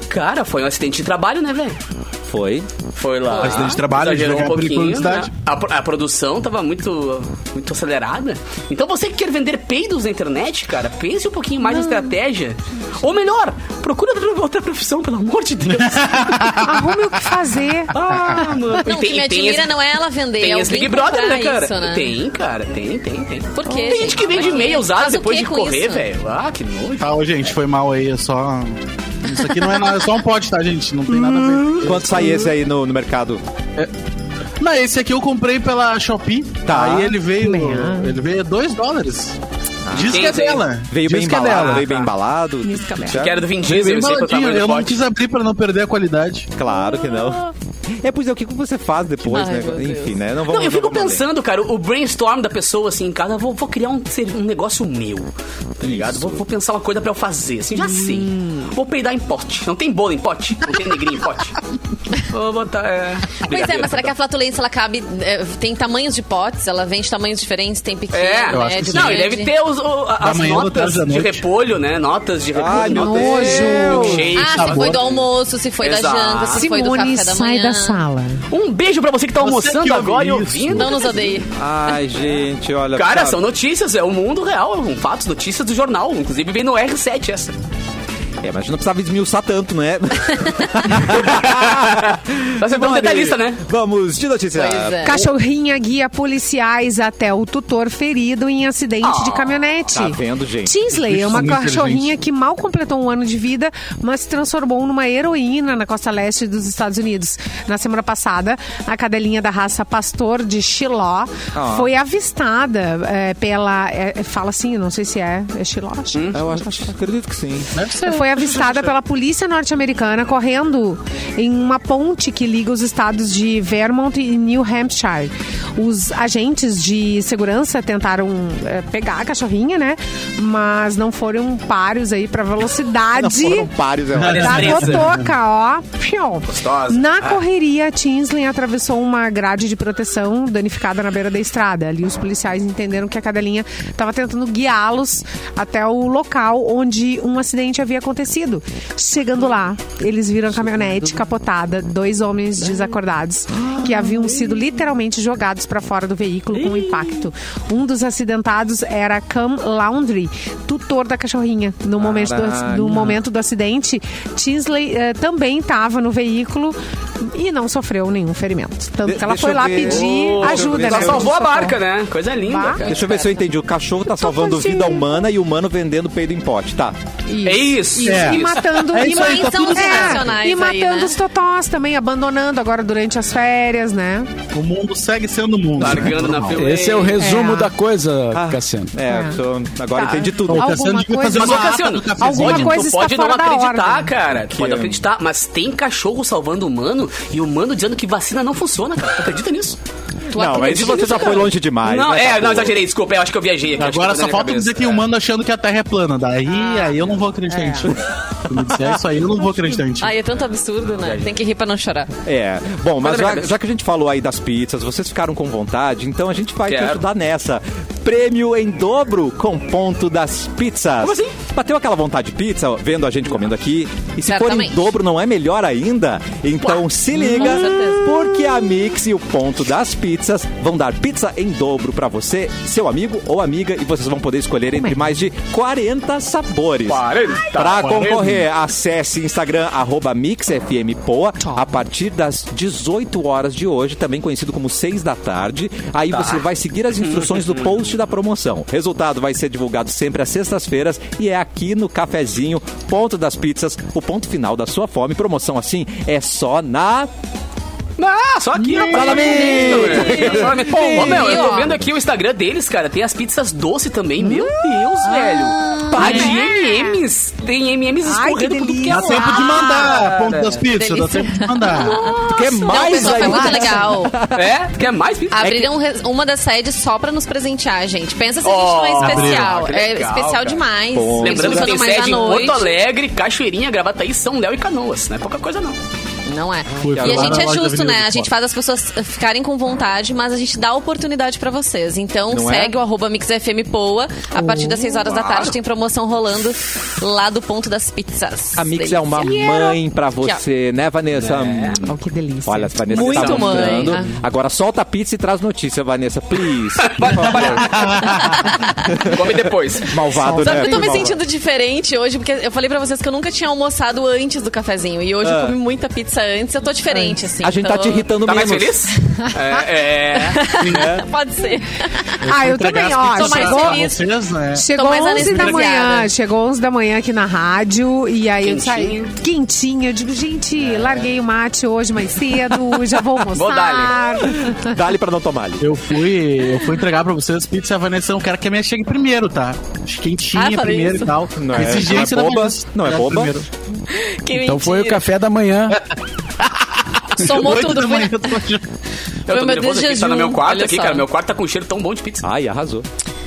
Cara, foi um acidente de trabalho, né, velho?
Foi.
Foi lá.
Acidente de trabalho,
exagerou
de
um pouquinho.
periculosidade.
né? A, pro- a produção tava muito, muito acelerada. Então você que quer vender peidos na internet, cara, pense um pouquinho mais na estratégia. Ou melhor, procura outra- outra profissão, pelo amor de Deus.
Arrume o que fazer.
ah, mano.
Não, o que me admira não é ela vender,
tem
é
esse Big
alguém
Brother,
comprar
né, cara?
isso, né?
Tem, cara, tem, tem, tem.
Por quê,
Tem gente
gente?
que vende e-mail usado
Faz o
depois
quê
de
com
correr,
isso?
velho. Ah, que nojo.
Tá, ô, gente, foi mal aí, é só... Isso aqui não é nada, é só um pote, tá, gente? Não tem nada a ver.
Quanto sai esse aí no, no mercado?
Não, esse aqui eu comprei pela Shopee.
Tá. Ah.
Aí ele veio. Ele veio 2 dólares. Diz
Quem
que é
tem?
dela.
Veio
Diz
bem
que é
embalado.
dela.
Veio bem embalado. é?
Que era do Vin Diesel,
Veio é
é eu sei
bem
que eu tava
embaladinho. Eu não quis abrir pra não perder a qualidade.
Claro que não. É, pois é, o que você faz depois,
Ai,
né?
meu Deus.
Enfim, né? Não, vamos,
Não, eu fico
vamos além.
pensando, cara, o brainstorm da pessoa, assim, em casa, vou, vou criar um, ser- um negócio meu, tá ligado? Vou, vou Hum. pensar uma coisa pra eu fazer, assim, já sei. Vou peidar em pote. Não tem bolo em pote? Não tem negrinho em pote? Vou botar. É.
Pois é, mas será que a flatulência ela cabe. é, tem tamanhos de potes? Ela vem de tamanhos diferentes? Tem pequena,
É,
Eu acho que
média,
sim.
não, ele
grande?
deve ter os- o- as
manhã, boa
notas
tarde, à
de
noite.
repolho, né? Notas de repolho.
Ai, meu Deus.
Cheio,
Ah, se
sabor.
foi do almoço, se foi
tá Exato.
da janta, se foi do
Simone,
café da
sai
manhã.
da sala.
Um beijo pra você que tá almoçando
Você que ouve
agora e
isso. Tá
ouvindo.
Não nos odeie.
Ai, gente, olha.
Cara,
sabe?
são notícias, é o mundo real, é um fato, notícias do jornal. Inclusive vem no R7 essa.
É, mas a gente não precisava esmiuçar tanto, né?
Mas você é um detalhista, né?
Vamos de notícia.
Pois é.
Cachorrinha guia policiais até o tutor ferido em acidente de caminhonete.
tá vendo, gente?
Tinsley é
Isso,
uma
muito
cachorrinha
inteligente.
que mal completou um ano de vida, mas se transformou numa heroína na costa leste dos Estados Unidos. Na semana passada, a cadelinha da raça Pastor de Chiló
Ah.
foi avistada eh, pela. eh, fala assim, não sei se é, é Chiló.
Eu acho,
assim.
acho- acredito que sim.
Foi avistada pela polícia norte-americana correndo em uma ponte que liga os estados de Vermont e New Hampshire. Os agentes de segurança tentaram eh, pegar a cachorrinha, né? Mas não foram páreos aí pra
Não
velocidade.
foram é, pares, eu acho.
Da
Destreza.
cotoca, Tá ó. Piu. Na correria, a Tinsley atravessou uma grade de proteção danificada na beira da estrada. Ali os policiais entenderam que a cadelinha estava tentando guiá-los até o local onde um acidente havia acontecido. Chegando lá, eles viram a caminhonete capotada, dois homens desacordados que haviam sido literalmente jogados para fora do veículo com o impacto. Um dos acidentados era Cam Laundry, tutor da cachorrinha. No momento do, ac- do
Caraca.
momento momento do acidente, Tinsley eh, também estava no veículo e não sofreu nenhum ferimento. Tanto
De-
que ela
deixa
foi
eu
lá
ver.
pedir
Ô, deixa eu ver
ajuda,
se
Só
né?
eu-
salvou a
Socorro.
barca, né? Coisa linda,
Bah.
cara.
Deixa eu ver se eu entendi. O cachorro tá salvando
fazendo.
vida humana e o humano vendendo peido em pote. Tá.
Isso.
É isso.
Isso.
É.
E matando,
É
e
isso aí,
matando-
tá tudo
é,
certo.
e matando
Aí, né?
os totós também, abandonando agora durante as férias, né?
O mundo segue sendo o mundo.
Largando na
Normal.
frente.
Esse é o resumo
É.
da coisa,
Ah.
Cassiano.
É,
É.
só- agora
Tá.
entendi tudo.
Ô,
Alguma
Cassiano devia
coisa-
fazer
Mas, ô,
uma ata
Cassiano,
do cafezinho.
alguma
pode,
coisa
tu
está
pode não
fora da
acreditar,
ordem.
cara. Tu pode
Que-
acreditar, mas tem cachorro salvando humano e humano dizendo que vacina não funciona, cara. Tu acredita nisso?
Tu
Não, mas
acredita
isso você
Então, nisso,
já
cara?
foi longe demais.
não,
né,
é,
Capu?
não, exagerei, desculpa, eu acho que eu viajei aqui. acho
Agora
que eu
só
tô
falta
na
dizer que
cabeça.
o humano achando que a Terra é plana. Daí
Ah.
aí eu não vou acreditar em ti.
É.
Se me disser isso aí, eu não vou acreditar em ti.
Ai, é tanto absurdo, né? Tem que rir pra não chorar.
É. Bom, mas
Fala,
já,
Ricardo.
já que a gente falou aí das pizzas, vocês ficaram com vontade, então a gente vai te
Quero.
ajudar nessa. Prêmio em dobro com ponto das pizzas.
Como assim?
Bateu aquela vontade de pizza, ó, vendo a gente comendo aqui? E se for em
Certamente.
dobro, não é melhor ainda? Então se liga,
com certeza.
porque a Mix e o ponto das pizzas vão dar pizza em dobro pra você, seu amigo ou amiga, e vocês vão poder escolher
é?
entre mais de 40 sabores.
40,
Pra
40.
concorrer, acesse Instagram, arroba MixFMPoa, a partir das 18 horas de hoje, também conhecido como 6 da tarde. Aí
Tá.
você vai seguir as instruções do post da promoção. Resultado vai ser divulgado sempre às sextas-feiras e é aqui no cafezinho, ponto das pizzas, o ponto final da sua fome. Promoção assim é só na...
Ah, só aqui, rapaz.
Fala, Mix!
Só na Mix. Ô, meu, eu tô
Mix.
vendo aqui o Instagram deles, cara. Tem as pizzas doce também. Meu
Ah,
Deus, velho. Pá de MMs. Tem MMs
né? Ai, que
escorrendo por tudo que é
Dá
delícia.
lado.
tempo de mandar, ponto
cara.
das pizzas. Dá
Delícia.
tempo de mandar.
Tu quer
Não,
mais
pessoal,
aí?
foi muito legal.
Ah, É? Tu Quer mais pizza?
Abriram re- uma das sedes só pra nos presentear, gente. Pensa se a gente não é
Oh,
especial.
abriram.
é
Que legal,
especial
cara.
demais.
Bom.
Eles
Lembrando que tem
funcionam mais à
sede em
noite.
Porto Alegre, Cachoeirinha, Gravataí, São Léo e Canoas. Não é pouca coisa, não.
Não é.
Fui
e
falar
a gente
na
é
loja da
justo,
Avenida
né?
do
A gente
Forte.
faz as pessoas eh, ficarem com vontade, mas a gente dá oportunidade pra vocês. Então
Não é?
segue o arroba MixFMPoa. A partir das 6 horas da tarde tem promoção rolando lá do ponto das pizzas.
A Mix é uma
Delícia.
mãe pra você, né, Vanessa?
É.
Oh, que delícia.
Olha, a Vanessa
Muito
tá
mãe.
mostrando.
Ah.
Agora solta a pizza e traz notícia, Vanessa, please. Por favor.
Come depois.
Malvado,
Sabe
né?
que eu tô me
Malvado.
sentindo diferente hoje, porque eu falei pra vocês que eu nunca tinha almoçado antes do cafezinho. E hoje eu comi muita pizza antes, eu tô diferente, assim.
Ah. A gente tá
então-
te irritando
Tá mais
menos.
feliz? É.
Pode ser.
Ah, eu
Entregar
também,
as
ó.
pizzas
mais
Chegou,
pra vocês, né?
Chegou
Tô mais
11 da
anestesiada.
manhã, chegou 11 da manhã aqui na rádio e aí eu saí
Quentinho.
quentinha. Eu digo, gente, larguei o mate hoje mais cedo, já vou almoçar.
Vou dar-lhe.
Dá-lhe pra não tomar ali.
Eu fui, eu fui entregar pra vocês pizza e a Vanessa é um cara que a minha chega primeiro, tá? Quentinha
Ah, falei
primeiro
isso.
e tal.
Não é-
Exigência
não é
da
boba,
Vanessa.
não é boba.
primeiro.
Que
Então foi o
mentira.
café da manhã.
Somou
Oito
tudo.
da
foi-
né? manhã, eu tô achando.
Eu
Foi
tô
meu
nervoso aqui, tá
déjà
no meu
vu,
quarto
olha
aqui,
só.
cara. Meu quarto tá com um cheiro tão bom de pizza.
Ai, arrasou.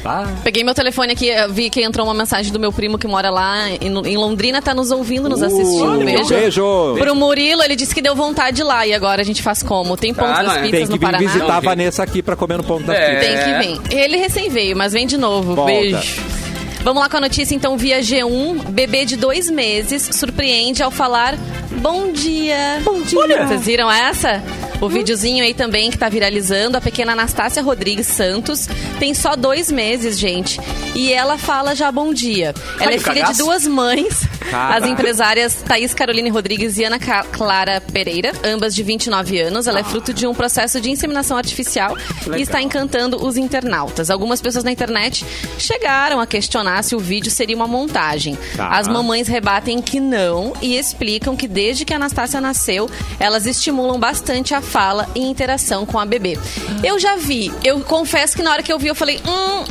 Ah.
Peguei meu telefone aqui, eu vi que entrou uma mensagem do meu primo que mora lá em, em Londrina, tá nos ouvindo,
Uh,
nos assistindo.
Olha,
Um beijo.
beijo.
Pro Murilo, ele disse que deu vontade lá e agora a gente faz como? Tem ponto
Ah,
das
não, é.
pizzas
Tem que
no
vir
Paraná?
visitar a
ok.
Vanessa aqui pra comer no ponto da
É.
pizza.
Tem que vir. Ele recém veio, mas vem de novo.
Volta.
Beijo. Vamos lá com a notícia, então, via G1. Bebê de dois meses surpreende ao falar bom dia. Bom dia. Vocês viram essa? O videozinho aí também que tá viralizando. A pequena Anastácia Rodrigues Santos tem só dois meses, gente. E ela fala já bom dia. Ela
Ai,
é
que
filha de
cagaço.
duas mães,
Caraca.
as empresárias Thaís Caroline Rodrigues e Ana Ca- Clara Pereira, ambas de 29 anos.
Ah.
Ela é fruto de um processo de inseminação artificial e está encantando os internautas. Algumas pessoas na internet chegaram a questionar se o vídeo seria uma montagem.
Tá.
As mamães rebatem que não e explicam que desde que a Anastácia nasceu, elas estimulam bastante a fala e interação com a bebê. Eu já vi, eu confesso que na hora que eu vi, eu falei, hum,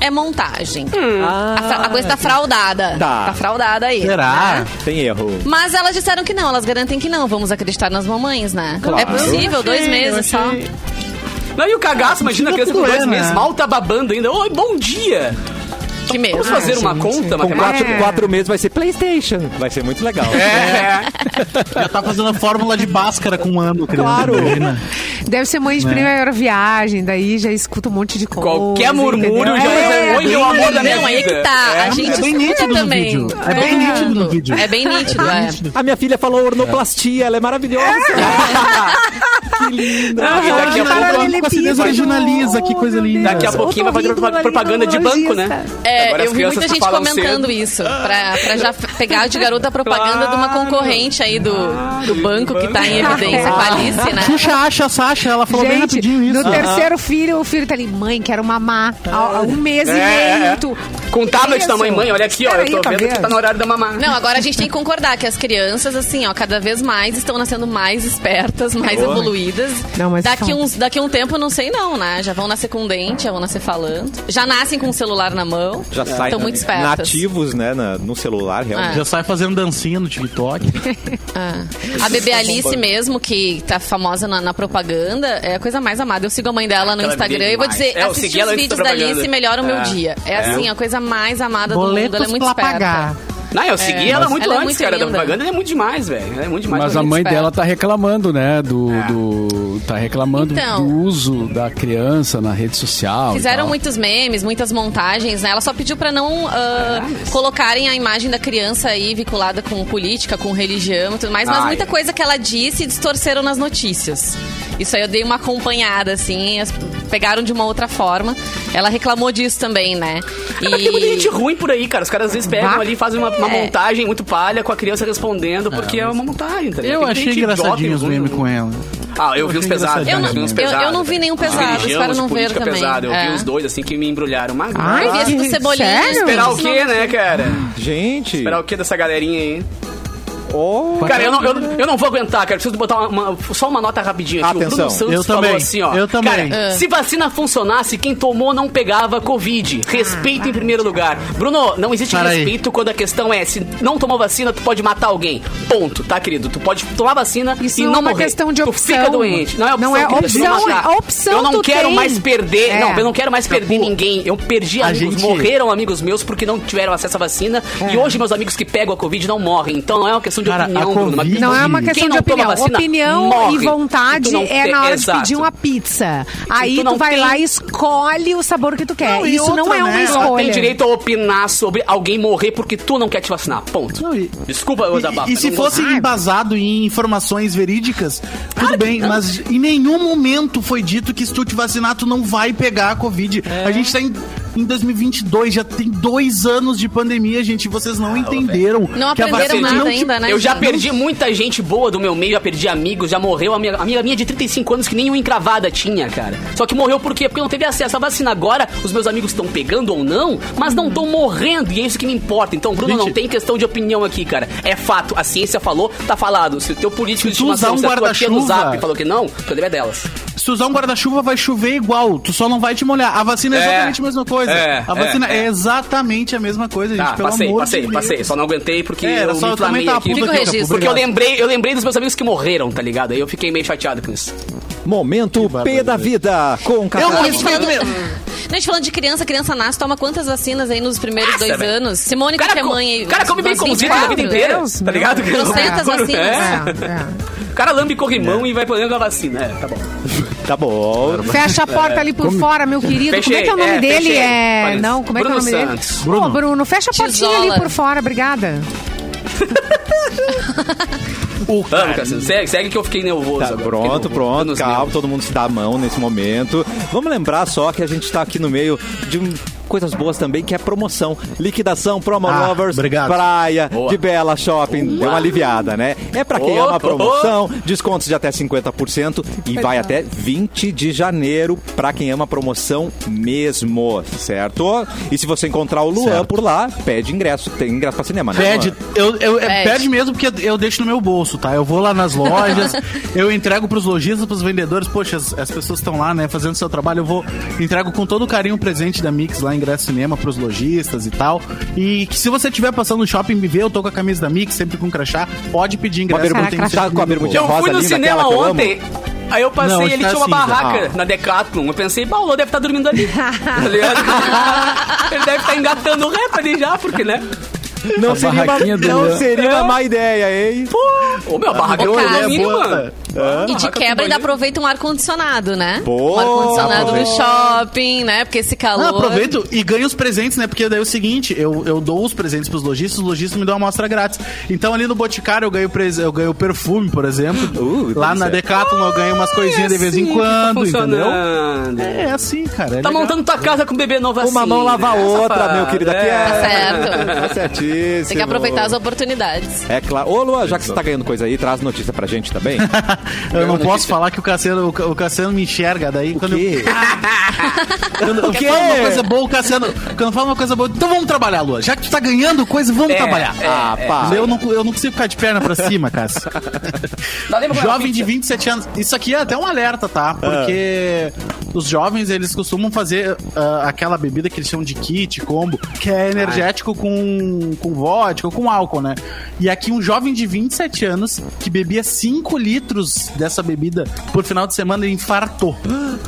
é montagem. A,
Ah,
fra- a coisa tá fraudada.
Hum. Tá.
fraudada aí.
Será?
né?
Tem erro.
Mas elas disseram que não, elas garantem que não. Vamos acreditar nas mamães, né?
Claro.
É possível, dois meses só.
Então
Não, e o
Ah,
cagaço, imagina a criança com
tudo
dois
é, né?
meses, mal tá babando ainda. Oi, bom dia!
Que medo. Ah,
Vamos fazer um uma conta
Com quatro,
matemática? É.
É.
quatro meses vai ser Playstation. Vai ser muito legal.
Já tá fazendo a fórmula de Báscara com um ano, criança.
Claro.
Imagina.
Deve ser mãe de
Né?
primeira viagem, daí já escuta um monte de coisa.
Qualquer murmúrio
entendeu?
já
É,
é, oi, meu amor da minha
Ah, Não, aí
vida.
que tá.
É.
a gente
é bem
escuta
nítido no
também.
vídeo. É bem nítido no vídeo.
É bem nítido, é.
A minha filha falou ornoplastia, ela é maravilhosa.
É. Não, e daqui a
Imagina
pouco...
ele
com certeza
pisando.
regionaliza, que coisa
Oh, meu
linda.
Deus.
Daqui a pouquinho vai fazer
Otorrino,
propaganda de banco, né?
laringologista.
É,
Agora as
eu vi
crianças
muita gente
falam
comentando
cedo.
isso, pra, pra já f- pegar de garota a propaganda de uma concorrente aí do, do banco que tá em evidência, com a Alice, né?
Xuxa acha a Sasha, ela falou bem
Gente,
rapidinho
no
isso.
terceiro filho, o filho tá ali, mãe, quero mamar. Há há um mês e
É.
meio. Tu...
Com tablet
Isso.
da mãe, mãe, olha aqui, ó.
Espera aí,
Eu tô vendo
talvez.
que tá no horário da mamar.
Não, agora a gente tem que concordar que as crianças, assim, ó, cada vez mais estão nascendo mais espertas, mais evoluídas.
Não, mas
daqui,
calma.
uns, daqui um tempo, não sei não, né? Já vão nascer com dente, já vão nascer falando. Já nascem com o celular na mão.
Já
né?
sai
Estão muito espertas.
nativos, né, na- no celular, realmente.
Ah, Já sai fazendo dancinha no TikTok.
Ah.
tá
A bebê Alice mesmo, que tá famosa na, na propaganda, é a coisa mais amada. Eu sigo a mãe dela no
Aquela
Instagram
bebê
e vou
demais.
dizer,
É, eu segui
assistir
ela
os
antes da
vídeos da Alice
propaganda.
melhora o meu
É.
dia. É,
É.
assim, a coisa mais amada do mundo. Ela é muito
pra
esperta.
pagar.
Não, eu segui ela muito
ela é
antes,
muito
cara. Da
linda.
propaganda ela é muito demais, velho. Ela é muito demais.
Mas
ela
a
é muito
mãe
esperta.
dela tá reclamando, né? Do, do- tá reclamando
Então.
do uso da criança na rede social. e
Fizeram
então.
tal.
muitos memes, muitas montagens, né? Ela só pediu pra não ah, colocarem a imagem da criança aí vinculada com política, com religião e tudo mais, mas
Ah,
muita
é.
coisa que ela disse distorceram nas notícias. Isso aí eu dei uma acompanhada, assim, as- pegaram de uma outra forma. Ela reclamou disso também, né?
Ah, Mas tem muita gente ruim por aí, cara. Os caras às vezes pegam
Bah.
ali e fazem uma, uma
É.
montagem muito palha com a criança respondendo, porque é uma montagem, tá ligado?
Eu
Tem
achei
gente idiota
engraçadinho os
em algum-
memes com ela.
Ah, eu vi uns
achei
pesados.
engraçadinho.
Eu não-
vi uns
eu- eu
pesados.
não vi nenhum pesado,
De religião,
espero não
de
ver
política
também.
pesada. Eu
É.
vi os dois, assim, que me embrulharam. Uma
Ai,
Ah, vi esse do Cebolinha.
sério?
Esperar o
Isso não
quê, né, cara?
Gente,
Ah.
Esperar o quê dessa galerinha aí?
oh,
Cara, eu não, eu, não- eu não vou aguentar, cara. Preciso botar uma, uma- só uma nota rapidinha aqui.
Atenção.
O Bruno Santos
Eu
falou
também.
assim, ó.
Eu também.
Ah.
Cara, se vacina funcionasse, quem tomou não pegava Covid.
Ah,
Respeito em primeiro lugar. Bruno, não existe
Para aí.
respeito quando a questão é, se não tomou vacina, tu pode matar alguém. Ponto, tá, querido? Tu pode tomar vacina
Isso
e
não
não
é uma
morrer.
questão de
Tu fica
opção.
doente. Não é opção,
Não é
querido,
opção,
matar.
é opção
Eu não
tu
quero
tem.
mais perder.
É.
Não, eu não quero mais perder
Capu,
ninguém. Eu perdi
a
amigos,
gente- É.
morreram amigos meus porque não tiveram acesso à vacina. E hoje meus amigos que pegam a Covid não morrem. Então não é uma questão de
Cara, a
opinião, Bruno. mas-
Covid-
Não é uma
Quem
questão
não
de
toma
opinião.
vacina,
opinião
morre.
e vontade
Tu não
é
tem-
na hora
Exato.
de pedir uma pizza. Aí
tu
tu,
não
vai
tem-
lá e escolhe o sabor que tu quer.
Não, e
Isso não
outra,
é uma
Ela
né?
escolha.
tem direito a opinar sobre alguém morrer porque tu não quer te vacinar. Ponto.
Não, e-
Desculpa, eu desabafo.
E, e se
Não
fosse
gosto.
embasado em informações verídicas, tudo bem, mas em nenhum momento foi dito que se tu te vacinar, tu não vai pegar a Covid.
É.
A gente tá em, em 2022, já tem dois anos de pandemia, gente, vocês
Ah,
não entenderam.
Não
que a
aprenderam
vacina
nada
não te-
ainda, né?
Eu já
gente?
perdi muita gente boa do meu meio, já perdi amigos, já morreu. A minha amiga minha de 35 anos que nem uma encravada tinha, cara. Só que morreu por quê? Porque não teve acesso à vacina. Agora, os meus amigos estão pegando ou não, mas não estão morrendo. E é isso que me importa. Então, Bruno, não
Gente.
tem questão de opinião aqui, cara. É fato. A ciência falou, tá falado. Se o teu político de
tu usar
estimação,
um
se a tua tia no
guarda-chuva-
zap falou que não, o problema é delas.
Se tu usar um guarda-chuva, vai chover igual. Tu só não vai te molhar. A vacina é
É.
exatamente a mesma coisa.
É,
A
é,
vacina é,
é.
exatamente a mesma coisa, gente.
Tá,
pelo
passei,
amor
passei,
de Deus.
passei. Só não aguentei porque
É, era
eu
só
me
eu também
inflamei
tá
aqui.
puto
Fica o
aqui, ó,
registro.
Porque eu
obrigado.
lembrei, eu lembrei dos meus amigos que morreram, tá ligado? Aí eu fiquei meio chateado com isso.
Momento P da vida com
Eu
Catarina.
morri de medo mesmo.
Não, a gente falando de criança, criança nasce, toma quantas vacinas aí nos primeiros
Nossa,
dois
velho.
anos? Simone,
O cara,
que é
co-
mãe.
o cara come bem
aos
cozido a vida
24,
inteira,
Deus,
tá ligado?
meu.
Trocentas
Quando-
vacinas.
É.
É,
O cara lambe corrimão e vai planejando a vacina. É, tá bom.
Tá bom.
é. Fecha a porta ali por fora, meu querido. como é que é o
Fechei,
nome
é,
dele?
fechei.
É.
Olha,
Não, como é que é o
Bruno
nome
Santos.
dele? Bruno. Bruno, fecha a portinha ali
Tisola.
por fora, obrigada.
Vamos, Cassiano. Segue, segue que eu fiquei nervoso.
Tá,
agora. Fiquei
pronto,
nervoso.
pronto,
Nos
calma,
nervos.
todo mundo se dá a mão nesse momento. Vamos lembrar só que a gente tá aqui no meio de um- coisas boas também, que é promoção, liquidação, promo
Ah,
lovers,
obrigado.
praia,
Boa.
de bela shopping, deu uma aliviada, né? É pra quem
Opa,
ama promoção, descontos de até 50% e
é.
vai até 20 de janeiro pra quem ama promoção mesmo, certo? E se você encontrar o Luan
Certo.
por lá, pede ingresso, tem ingresso pra cinema, né?
Pede,
Luan?
eu, eu, é,
Pede.
pede mesmo porque eu deixo no meu bolso, tá? Eu vou lá nas lojas, eu entrego pros lojistas, pros vendedores. Poxa, as, as pessoas estão lá, né, fazendo seu trabalho. Eu vou, entrego com todo o carinho o presente da Mix lá, ingresso cinema pros lojistas e tal. E que se você estiver passando no shopping, me vê, eu tô com a camisa da Mix, sempre com crachá. Pode pedir
Uma
ingresso.
bermudinha,
eu
bermudinha,
tenho
tá
sempre
com a
no meu
bermudinha
bolso.
Eu
rosa
fui no
linda,
cinema
aquela que eu amo.
ontem. Aí eu passei
Não,
e
hoje
ele
tá
tinha uma
cinza.
barraca
Ah.
na Decathlon. Eu pensei, bah, o Lô deve estar dormindo ali. Tá ligado? ele deve estar engatando o rap ali já, porque, né?
Não
A
seria, uma,
barraquinha do
não
Luan.
seria uma má ideia, hein?
Pô, ô, meu, barraca é
Ô,
um
cara,
condomínio,
boa,
mano.
E de
Barraca com
quebra ainda
banheiro.
aproveita um ar-condicionado, né?
Pô,
um ar-condicionado no
aproveita.
shopping, né? Porque esse calor.
Não, aproveito e ganho os presentes, né? Porque daí é o seguinte, eu, eu dou os presentes pros lojistas, os lojistas me dão uma amostra grátis. Então ali no Boticário eu ganho, pres- eu ganho perfume, por exemplo.
Uh,
Lá
delícia.
na Decathlon eu ganho umas coisinhas de vez em
Sim,
quando,
é tá
entendeu?
funcionando.
É assim, cara. é
Tá
legal.
montando tua casa com um bebê novo assim.
Uma mão lava a
né,
outra,
safado?
meu querido. Aqui é.
Tá certo.
Tá certíssimo.
Tem que aproveitar as oportunidades.
É claro. Ô, Luan, já que você tá ganhando coisa aí, traz notícia pra gente também.
Eu não posso
notícia.
falar que o Cassiano, o Ca- o Cassiano me enxerga, daí quando
quê?
eu, quando eu
quê?
falo uma coisa boa, o Cassiano. Quando eu falo uma coisa boa, então vamos trabalhar, Lua. Já que tu tá ganhando coisa, vamos
É,
trabalhar.
é,
ah, pá.
Eu não, eu não consigo ficar de perna pra cima, Cássio.
Tá, lembra qual era a
Jovem de 27 anos. Isso aqui é até um alerta, tá? Porque os jovens, eles costumam fazer ah, aquela bebida que eles chamam de kit, combo, que é energético com, com vodka ou com álcool, né? E aqui um jovem de 27 anos que bebia 5 litros dessa bebida por final de semana e infartou,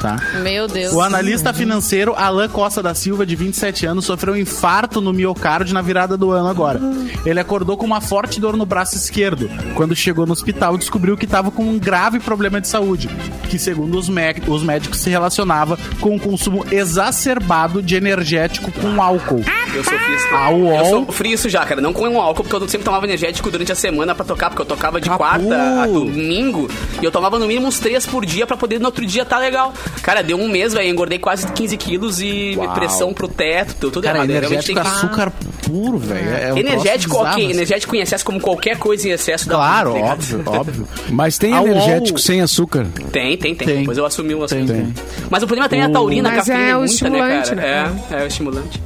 tá?
Meu Deus.
O analista financeiro Alain Costa da Silva, de 27 anos, sofreu um infarto no miocárdio na virada do ano agora. Ele acordou com uma forte dor no braço esquerdo. Quando chegou no hospital, descobriu que estava com um grave problema de saúde, que segundo os, mé- os médicos se relacionava com o consumo exacerbado de energético com álcool.
Eu sofri isso.
A UOL.
Eu sofri isso já, cara. Não com um álcool, porque eu sempre tomava energético durante a semana pra tocar, porque eu tocava de
Capu.
quarta a domingo. E eu tomava no mínimo uns três por dia pra poder no outro dia tá legal. Cara, deu um mês, velho. Engordei quase 15 quilos e
Uau.
pressão pro teto, deu tudo
Cara,
errado. Realmente então tem
energético é
que-
açúcar puro, velho. É um troço
energético,
bizarro,
ok.
assim.
Energético em excesso, como qualquer coisa em excesso da
Claro,
vida, tá ligado?
óbvio, óbvio.
Mas tem
A UOL-
energético sem açúcar.
Tem, tem, tem.
Tem.
Depois eu assumi o assunto.
Tem, tem.
Mas o problema também é a taurina, a
Mas
cafeína
é o
muita, né,
estimulante,
cara?
né?
É, é o estimulante.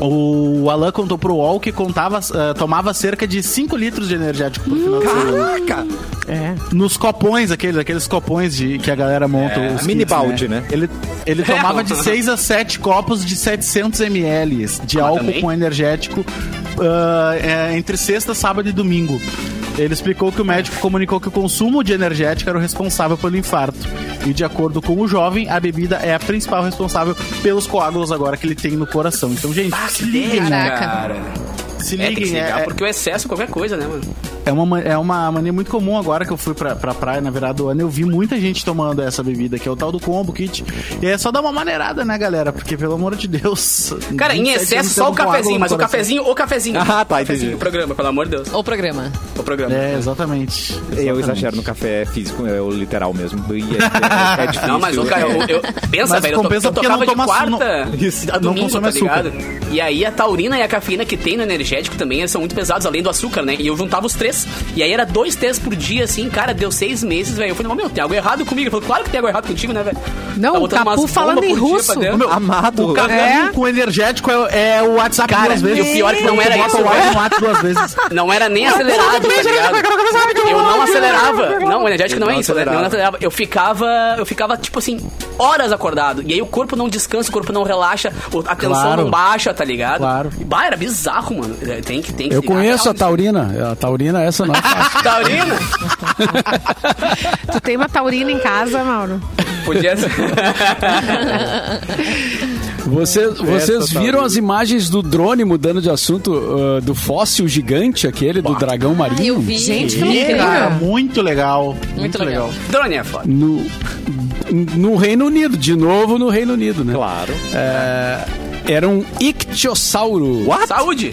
O Alan contou pro UOL que contava, eh, tomava cerca de 5 litros de energético
Hum,
por final de semana.
Caraca!
É.
Nos copões, aqueles, aqueles copões de, que a galera monta. os
mini
kits,
balde, né?
Ele, ele tomava
É,
de 6 a 7 copos de 700 ml de
Ah,
álcool
também?
com energético ah, é, entre sexta, sábado e domingo. Ele explicou que o médico comunicou que o consumo de energético era o responsável pelo infarto. E de acordo com o jovem, a bebida é a principal responsável pelos coágulos agora que ele tem no coração. Então, gente, se liguem, né?
Caraca.
Se
Ah, É, tem que se
liguem.
né?
ligar,
é-
porque o excesso é qualquer coisa, né, mano?
é uma, ma- é uma mania muito comum agora que eu fui pra, pra praia na virada do ano. Eu vi muita gente tomando essa bebida, que é o tal do combo kit. E é só dar uma maneirada, né, galera? Porque, pelo amor de Deus.
Cara, em
27
excesso,
anos
só o
tendo com água
cafezinho,
no
mas o
coração.
cafezinho, o cafezinho.
Ah, tá,
Cafezinho,
entendi.
O programa, pelo amor de Deus.
O programa.
O programa.
É, exatamente.
Eu
Exatamente.
exagero no café físico, é o literal mesmo. E é- É, é difícil.
Não, mas, ô, cara, eu, eu, pensa,
Mas
velho, eu, to-
compensa
eu
porque
tocava
não
de
toma açúcar,
quarta
não- Isso,
a
não
domingo,
consome
tá ligado?
açúcar.
E aí a taurina e a cafeína que tem no energético também, eles são muito pesados, além do açúcar, né? E eu juntava os três, e aí era dois três por dia, assim, cara, deu seis meses, velho. Eu falei, meu, tem algo errado comigo. Ele falou, claro que tem algo errado contigo, né, velho?
Não, o
botando
Capu
umas
falando
bombas
em
por dia pra
russo.
dentro.
Meu, Amado,
O cafezinho
É?
com energético é, é o WhatsApp
Cara,
duas vezes.
e o pior é que não
Tu
era
bota
isso,
o
né?
WhatsApp duas vezes.
Não era nem acelerado, tá ligado? Eu não acelerava. Não, o energético não é
Não
isso. né? Não
acelerava.
acelerava. Eu ficava, eu ficava, tipo assim, horas acordado. E aí o corpo não descansa, o corpo não relaxa, o- a tensão
Claro.
não baixa, tá ligado?
Claro.
E, Bah, era bizarro, mano. É, Tem que, tem que
Eu
ligar.
conheço a Taurina. A Taurina, essa não é fácil.
Taurina?
Tu tem uma taurina em casa, Mauro?
Podia ser.
Você- vocês viram as imagens do drone mudando de assunto ah, do fóssil gigante, aquele do dragão marinho?
Eu vi.
Gente,
é
que
Ih, cara,
loucura.
muito legal. Muito,
legal.
legal.
Drone é foda.
No, no Reino Unido, de novo no Reino Unido, né?
Claro.
Era um ictiossauro.
Saúde.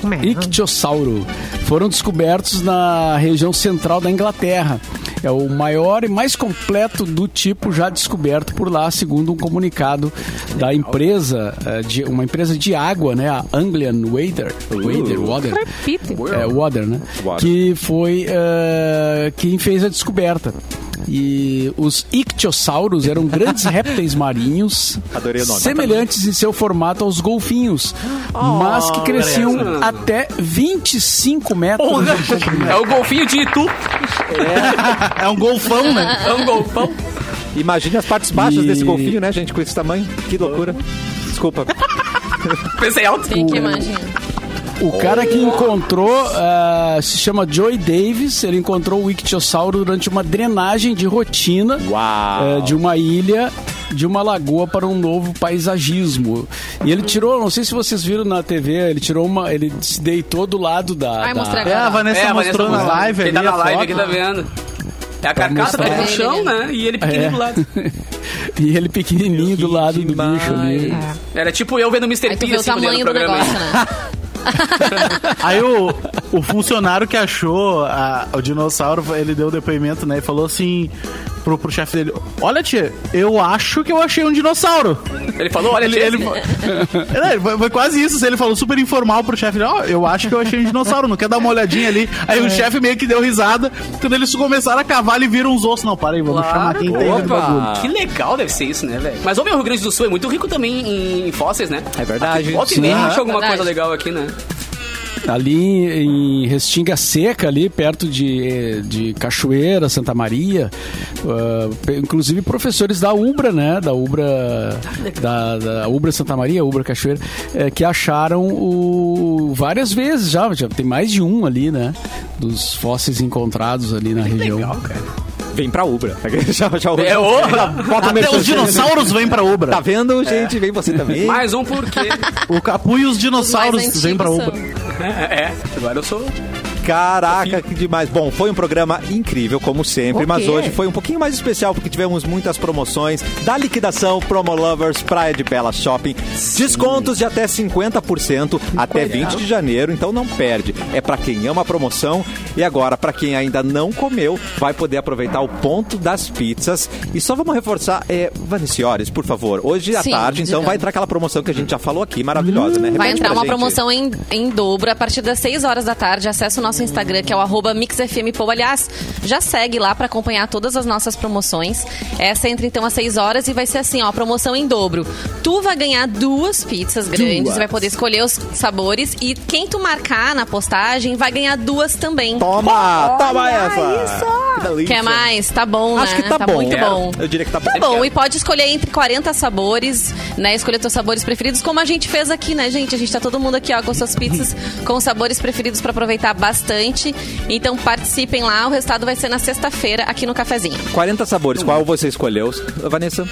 Como é?
Ictiossauro. Foram descobertos na região central da Inglaterra. É o maior e mais completo do tipo já descoberto por lá, segundo um comunicado da empresa, eh, de, uma empresa de água, né? A Anglian Water. Water, Water.
Repite.
É, Water, né?
Water.
Que foi eh, quem fez a descoberta. E os ictiossauros eram grandes répteis marinhos,
Adorei o nome.
semelhantes em seu formato aos golfinhos, mas que cresciam
parece.
até 25 metros.
Porra. É o golfinho de Itu.
É um golfão, né?
É um golfão.
Imagine as partes baixas
E-
desse golfinho, né, gente, com esse tamanho. Que loucura. Desculpa.
Pensei alto.
Tá
Tem que imaginar.
O cara
Oh.
que encontrou ah, se chama Joey Davis. Ele encontrou o ictiossauro durante uma drenagem de rotina
Uau.
eh, de uma ilha de uma lagoa para um novo paisagismo. E ele tirou, não sei se vocês viram na TV, ele tirou uma, ele se deitou do lado da,
Ai,
da-
mostrar
É, a
agora.
Vanessa
É, mas
mostrou
essa-
na live
Quem
ali
tá na
a
live
foto.
aqui tá vendo. É a carcaça
mostrar.
tá no chão, né? E ele pequenininho
É.
do lado.
e ele pequenininho do lado do
demais.
bicho ali.
Era tipo eu vendo Mr.
Aí tu
P
vê o
assim, olhando o
tamanho do
programa.
negócio, né?
Aí o, o funcionário que achou a- o dinossauro, ele deu o depoimento, né? E falou assim pro, pro chefe dele: Olha, tia, eu acho que eu achei um dinossauro.
Ele falou, olha,
Ele,
tia,
ele, É, ele foi, foi quase isso. Ele falou super informal pro chefe: Ó, eu acho que eu achei um dinossauro, não quer dar uma olhadinha ali? Aí
É.
o chefe meio que deu risada. Quando eles começaram a cavar, ele viram uns ossos. Não, para aí, vamos chamar quem tem né? no bagulho.
Que legal deve ser isso, né, velho? Mas o meu Rio Grande do Sul é muito rico também em fósseis, né?
É verdade.
Volta e
Sim.
meia
Aham.
acha alguma
Verdade.
coisa legal aqui, né?
Ali em Restinga Seca, ali perto de, de Cachoeira, Santa Maria, ah, pe- inclusive professores da Ubra, né? Da Ubra, da, da Ubra Santa Maria, Ubra Cachoeira, eh, que acharam o várias vezes já, já tem mais de um ali, né? Dos fósseis encontrados ali na região.
Legal, cara.
Vem pra Ubra. Já, já
É, ô!
Bota o
Até
merchan.
os dinossauros vêm pra Ubra.
Tá vendo, gente? Vem você também.
Mais um porquê.
O Capu e os
Os mais
dinossauros
antigos
vêm pra
são.
Ubra.
é, agora eu sou...
Caraca, que demais. Bom, foi um programa incrível, como sempre, mas hoje foi um pouquinho mais especial porque tivemos muitas promoções da liquidação Promo Lovers Praia de Bela Shopping. Descontos de até 50% até 20 de janeiro, então não perde. É pra quem ama a promoção e agora pra quem ainda não comeu, vai poder aproveitar o ponto das pizzas. E só vamos reforçar, é, Vaniciores, por favor, hoje à
Sim,
tarde, então
digamos.
vai entrar aquela promoção que a gente já falou aqui, maravilhosa, né?
Vai
Repete
entrar
pra
uma
gente.
promoção em, em dobro a partir das 6 horas da tarde. Acesse o nosso Instagram, que é o arroba MixFMPoa. Aliás, já segue lá para acompanhar todas as nossas promoções. Essa entra então às 6 horas e vai ser assim, ó, promoção em dobro. Tu vai ganhar duas pizzas grandes,
Duas.
vai poder escolher os sabores e quem tu marcar na postagem vai ganhar duas também.
Toma! Toma essa! Que delícia.
Quer mais? Tá bom,
Acho
né?
que tá, bom.
muito
Quero.
bom.
Eu diria que tá bom.
Tá bom, e pode escolher entre 40 sabores, né? Escolher teus sabores preferidos, como a gente fez aqui, né, gente? A gente tá todo mundo aqui, ó, com suas pizzas, com os sabores preferidos pra aproveitar bastante. Então participem lá, o resultado vai ser na sexta-feira aqui no cafezinho.
40 sabores, qual você escolheu, Vanessa?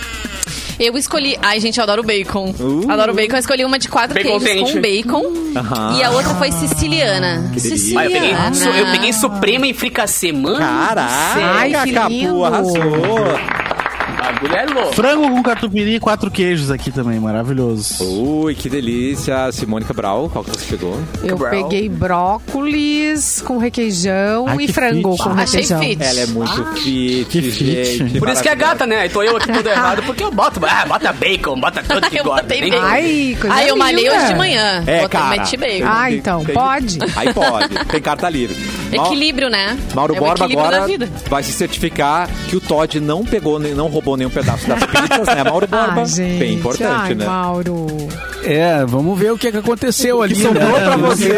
Eu escolhi. Ai, gente, eu adoro bacon. Adoro bacon. Eu escolhi uma de quatro
Bacon
queijos
quente.
com Uh. bacon. Ah.
Aham.
E é a outra foi siciliana.
delícia.
Ah,
Siciliana.
eu peguei, su- eu peguei Suprema e fricassê, mano.
Caraca,
Ai, que
Capu,
lindo.
arrasou!
O bagulho é louco.
Frango com catupiry e quatro queijos aqui também, maravilhoso.
Ui, que delícia! Simone Cabral, qual que você pegou?
Eu
Cabral.
peguei brócolis com requeijão
Ai,
e
que
frango
fit.
com
Achei
requeijão.
fit.
Ela é muito fit,
que fit.
gente.
Por isso que é gata, né? E tô eu aqui tudo errado, porque eu boto... Ah, bota bacon, bota tudo que
Eu
gosta.
botei
nem-
bacon.
Ai, coisa
Ai, eu malhei
linda.
hoje de manhã.
É,
Botei,
cara.
meti bacon.
Ah, então, pode?
Aí pode, tem carta livre. Mau-
Equilíbrio, né?
Mauro
é o
Borba
equilíbrio
agora
da vida.
vai se certificar que o Todd não pegou, nem- não roubou nenhum pedaço das pizzas, né, Mauro
Ah,
Borba?
Ai, Ah, gente.
Bem importante,
Ai,
né?
Mauro.
É, vamos ver o que, é que aconteceu ali.
sobrou
né?
pra você.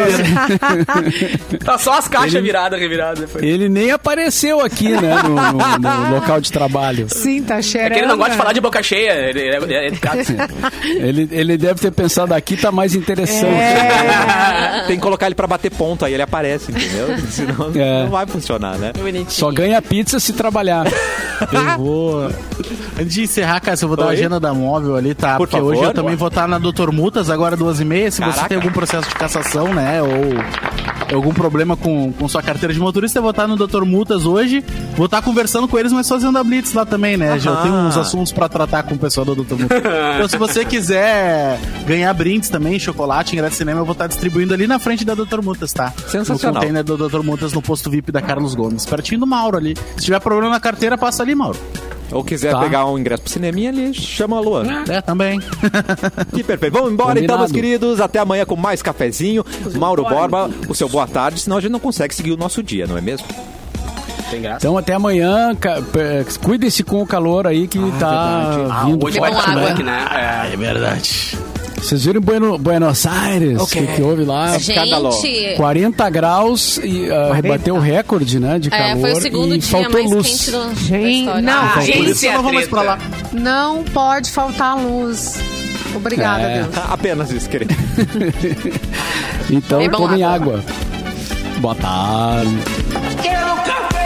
Tá só as caixas viradas, reviradas depois.
Ele nem apareceu aqui, né, no- no- no local de trabalho.
Sim, tá cheirando.
É que ele não gosta de falar de boca cheia, ele ele é, é educado.
Ele, ele deve ter pensado aqui tá mais interessante.
É.
Tem que colocar ele pra bater ponto, aí ele aparece, entendeu? Senão
É.
não vai funcionar, né?
Bonitinho.
Só ganha pizza se trabalhar.
Eu vou. Antes de encerrar, Cássio, eu vou dar a
Oi?
agenda da móvel ali, tá?
Por
Porque
favor.
hoje eu também vou estar na Doutor Mutas, agora duas e meia. Se
Caraca.
você tem algum processo de cassação, né? Ou algum problema com, com sua carteira de motorista, eu vou estar no Doutor Mutas hoje. Vou estar conversando com eles, mas fazendo a Blitz lá também, né? Já
Aham.
tenho uns assuntos pra tratar com o pessoal do Doutor Mutas. então, se você quiser ganhar brindes também, chocolate, ingresso de cinema, eu vou estar distribuindo ali na frente da Doutor Mutas, tá?
Sensacional.
No container do Doutor Mutas, no posto VIP da Carlos Gomes. Pertinho do Mauro ali. Se tiver problema na carteira, passa ali, Mauro.
Ou quiser
Tá.
pegar um ingresso pro cineminha ali, chama a Luana.
Ah.
É, também.
Que perfeito. Vamos embora então,
Combinado.
meus queridos. Até amanhã com mais cafezinho. Mauro Borba, o seu boa tarde, senão a gente não consegue seguir o nosso dia, não é mesmo?
Então até amanhã. ca- pe- Cuidem-se com o calor aí que tá
Ah,
vindo.
hoje
bom
vai
água.
Fnac, né?
É verdade.
Vocês viram em Bueno- Buenos Aires? O que, que houve
tá
lá?
Escandalo.
Gente,
40 graus e ah, rebateu o recorde, né? De calor.
é, foi o segundo
e
dia
faltou
mais
luz.
quente do, da
Gente,
história.
não.
Ah,
Por
gente,
isso eu
é
não vou mais
treta.
pra lá.
Não pode faltar luz. Obrigada,
É.
Deus.
Apenas isso, querido.
Então
Bebam
tomem
água.
Então, água. Boa tarde.
Quero café!